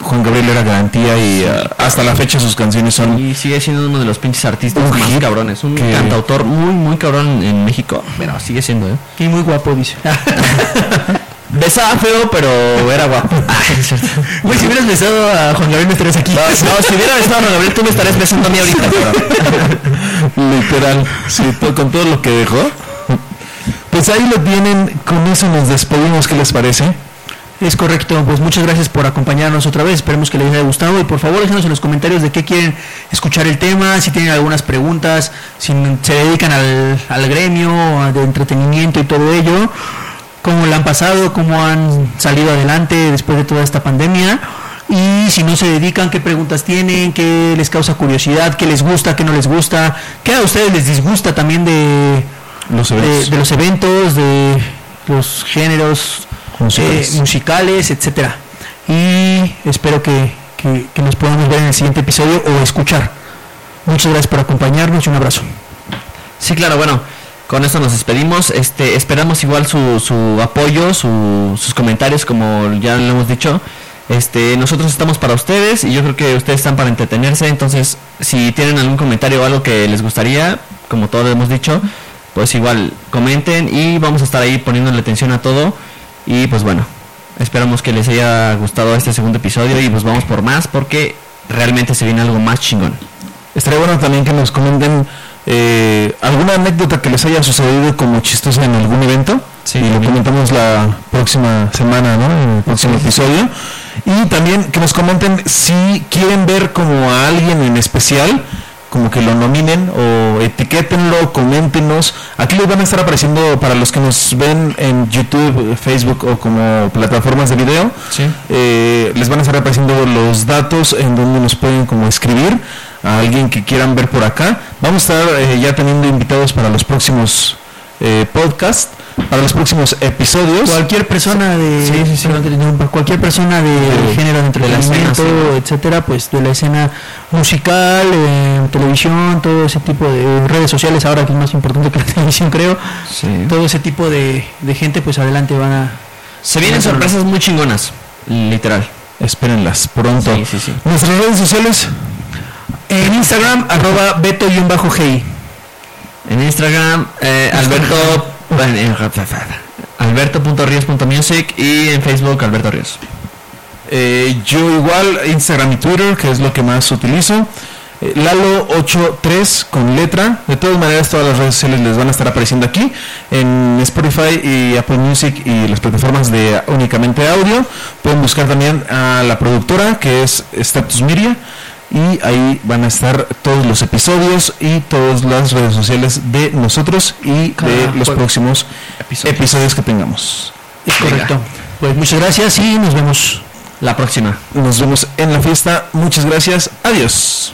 Speaker 1: Juan Gabriel era garantía y ah, hasta la fecha sus canciones son...
Speaker 2: Y sigue siendo uno de los pinches artistas
Speaker 1: Un
Speaker 2: más
Speaker 1: hit
Speaker 2: cabrones. Un
Speaker 1: que-
Speaker 2: cantautor muy, muy cabrón en México. Pero sigue siendo, ¿eh?
Speaker 3: Y muy guapo, dice.
Speaker 2: Besaba feo, pero era guapo.
Speaker 3: Güey, si hubieras besado a Juan Gabriel, no estarías aquí.
Speaker 2: No, no, si hubiera besado a Juan Gabriel, tú me estarías besando a mí ahorita, cabrón.
Speaker 1: (laughs) Literal, sí, to- con todo lo que dejó. Pues ahí lo tienen, con eso nos despedimos, ¿qué les parece?
Speaker 3: Es correcto, pues muchas gracias por acompañarnos otra vez, esperemos que les haya gustado y por favor déjenos en los comentarios de qué quieren escuchar el tema, si tienen algunas preguntas, si se dedican al, al gremio de entretenimiento y todo ello, cómo la han pasado, cómo han salido adelante después de toda esta pandemia y si no se dedican, qué preguntas tienen, qué les causa curiosidad, qué les gusta, qué no les gusta, qué a ustedes les disgusta también de,
Speaker 1: Los
Speaker 3: de,
Speaker 1: eventos.
Speaker 3: de los eventos, de los géneros
Speaker 1: Musicales.
Speaker 3: eh, musicales, etcétera. Y espero que, que- que nos podamos ver en el siguiente episodio o escuchar. Muchas gracias por acompañarnos y un abrazo.
Speaker 2: Sí, claro, bueno, con esto nos despedimos. Este, esperamos igual su, su apoyo, su- sus comentarios, como ya lo hemos dicho. Este, nosotros estamos para ustedes y yo creo que ustedes están para entretenerse. Entonces, si tienen algún comentario o algo que les gustaría, como todos hemos dicho, pues igual comenten y vamos a estar ahí poniéndole atención a todo. Y pues bueno, esperamos que les haya gustado este segundo episodio y pues vamos por más porque realmente se viene algo más chingón.
Speaker 1: Estaría bueno también que nos comenten eh, alguna anécdota que les haya sucedido como chistosa en algún evento.
Speaker 2: Sí,
Speaker 1: y lo
Speaker 2: también.
Speaker 1: comentamos la próxima semana, ¿no? En el próximo episodio. Y también que nos comenten si quieren ver como a alguien en especial, como que lo nominen o etiquétenlo, coméntenos. Aquí les van a estar apareciendo para los que nos ven en YouTube, Facebook o como plataformas de video.
Speaker 2: Sí.
Speaker 1: Eh, les van a estar apareciendo los datos en donde nos pueden como escribir a alguien que quieran ver por acá. Vamos a estar eh, ya teniendo invitados para los próximos eh, podcasts, para los próximos episodios.
Speaker 3: Cualquier persona de
Speaker 1: Sí, sí, sí.
Speaker 3: perdón que te interrumpa, cualquier persona de,
Speaker 1: De-
Speaker 3: género de
Speaker 2: la escena,
Speaker 3: entretenimiento,
Speaker 2: sí.
Speaker 3: etcétera, pues de la escena musical, eh, televisión, todo ese tipo de redes sociales ahora que es más importante que la (laughs) televisión creo,
Speaker 2: Sí.
Speaker 3: todo ese tipo de, de gente pues adelante van a
Speaker 2: Se vienen sorpresas muy chingonas, literal.
Speaker 1: Espérenlas pronto.
Speaker 2: Sí, sí, sí.
Speaker 1: Nuestras redes sociales.
Speaker 3: en Instagram arroba beto-hey
Speaker 2: En Instagram, eh,
Speaker 3: (laughs)
Speaker 2: Alberto. Alberto.ríos.music y en Facebook Alberto Ríos.
Speaker 1: eh, yo igual, Instagram y Twitter, que es lo que más utilizo. Eh, Lalo83 con letra. De todas maneras, todas las redes sociales les van a estar apareciendo aquí en Spotify y Apple Music y las plataformas de únicamente audio. Pueden buscar también a la productora que es Status Miria. Y ahí van a estar todos los episodios y todas las redes sociales de nosotros y de
Speaker 2: Cada
Speaker 1: los
Speaker 2: jueves.
Speaker 1: próximos
Speaker 2: Episodios.
Speaker 1: episodios que tengamos.
Speaker 3: Es
Speaker 2: Venga.
Speaker 3: correcto. Pues muchas gracias y nos vemos.
Speaker 2: La próxima.
Speaker 1: Nos vemos en la fiesta. Muchas gracias. Adiós.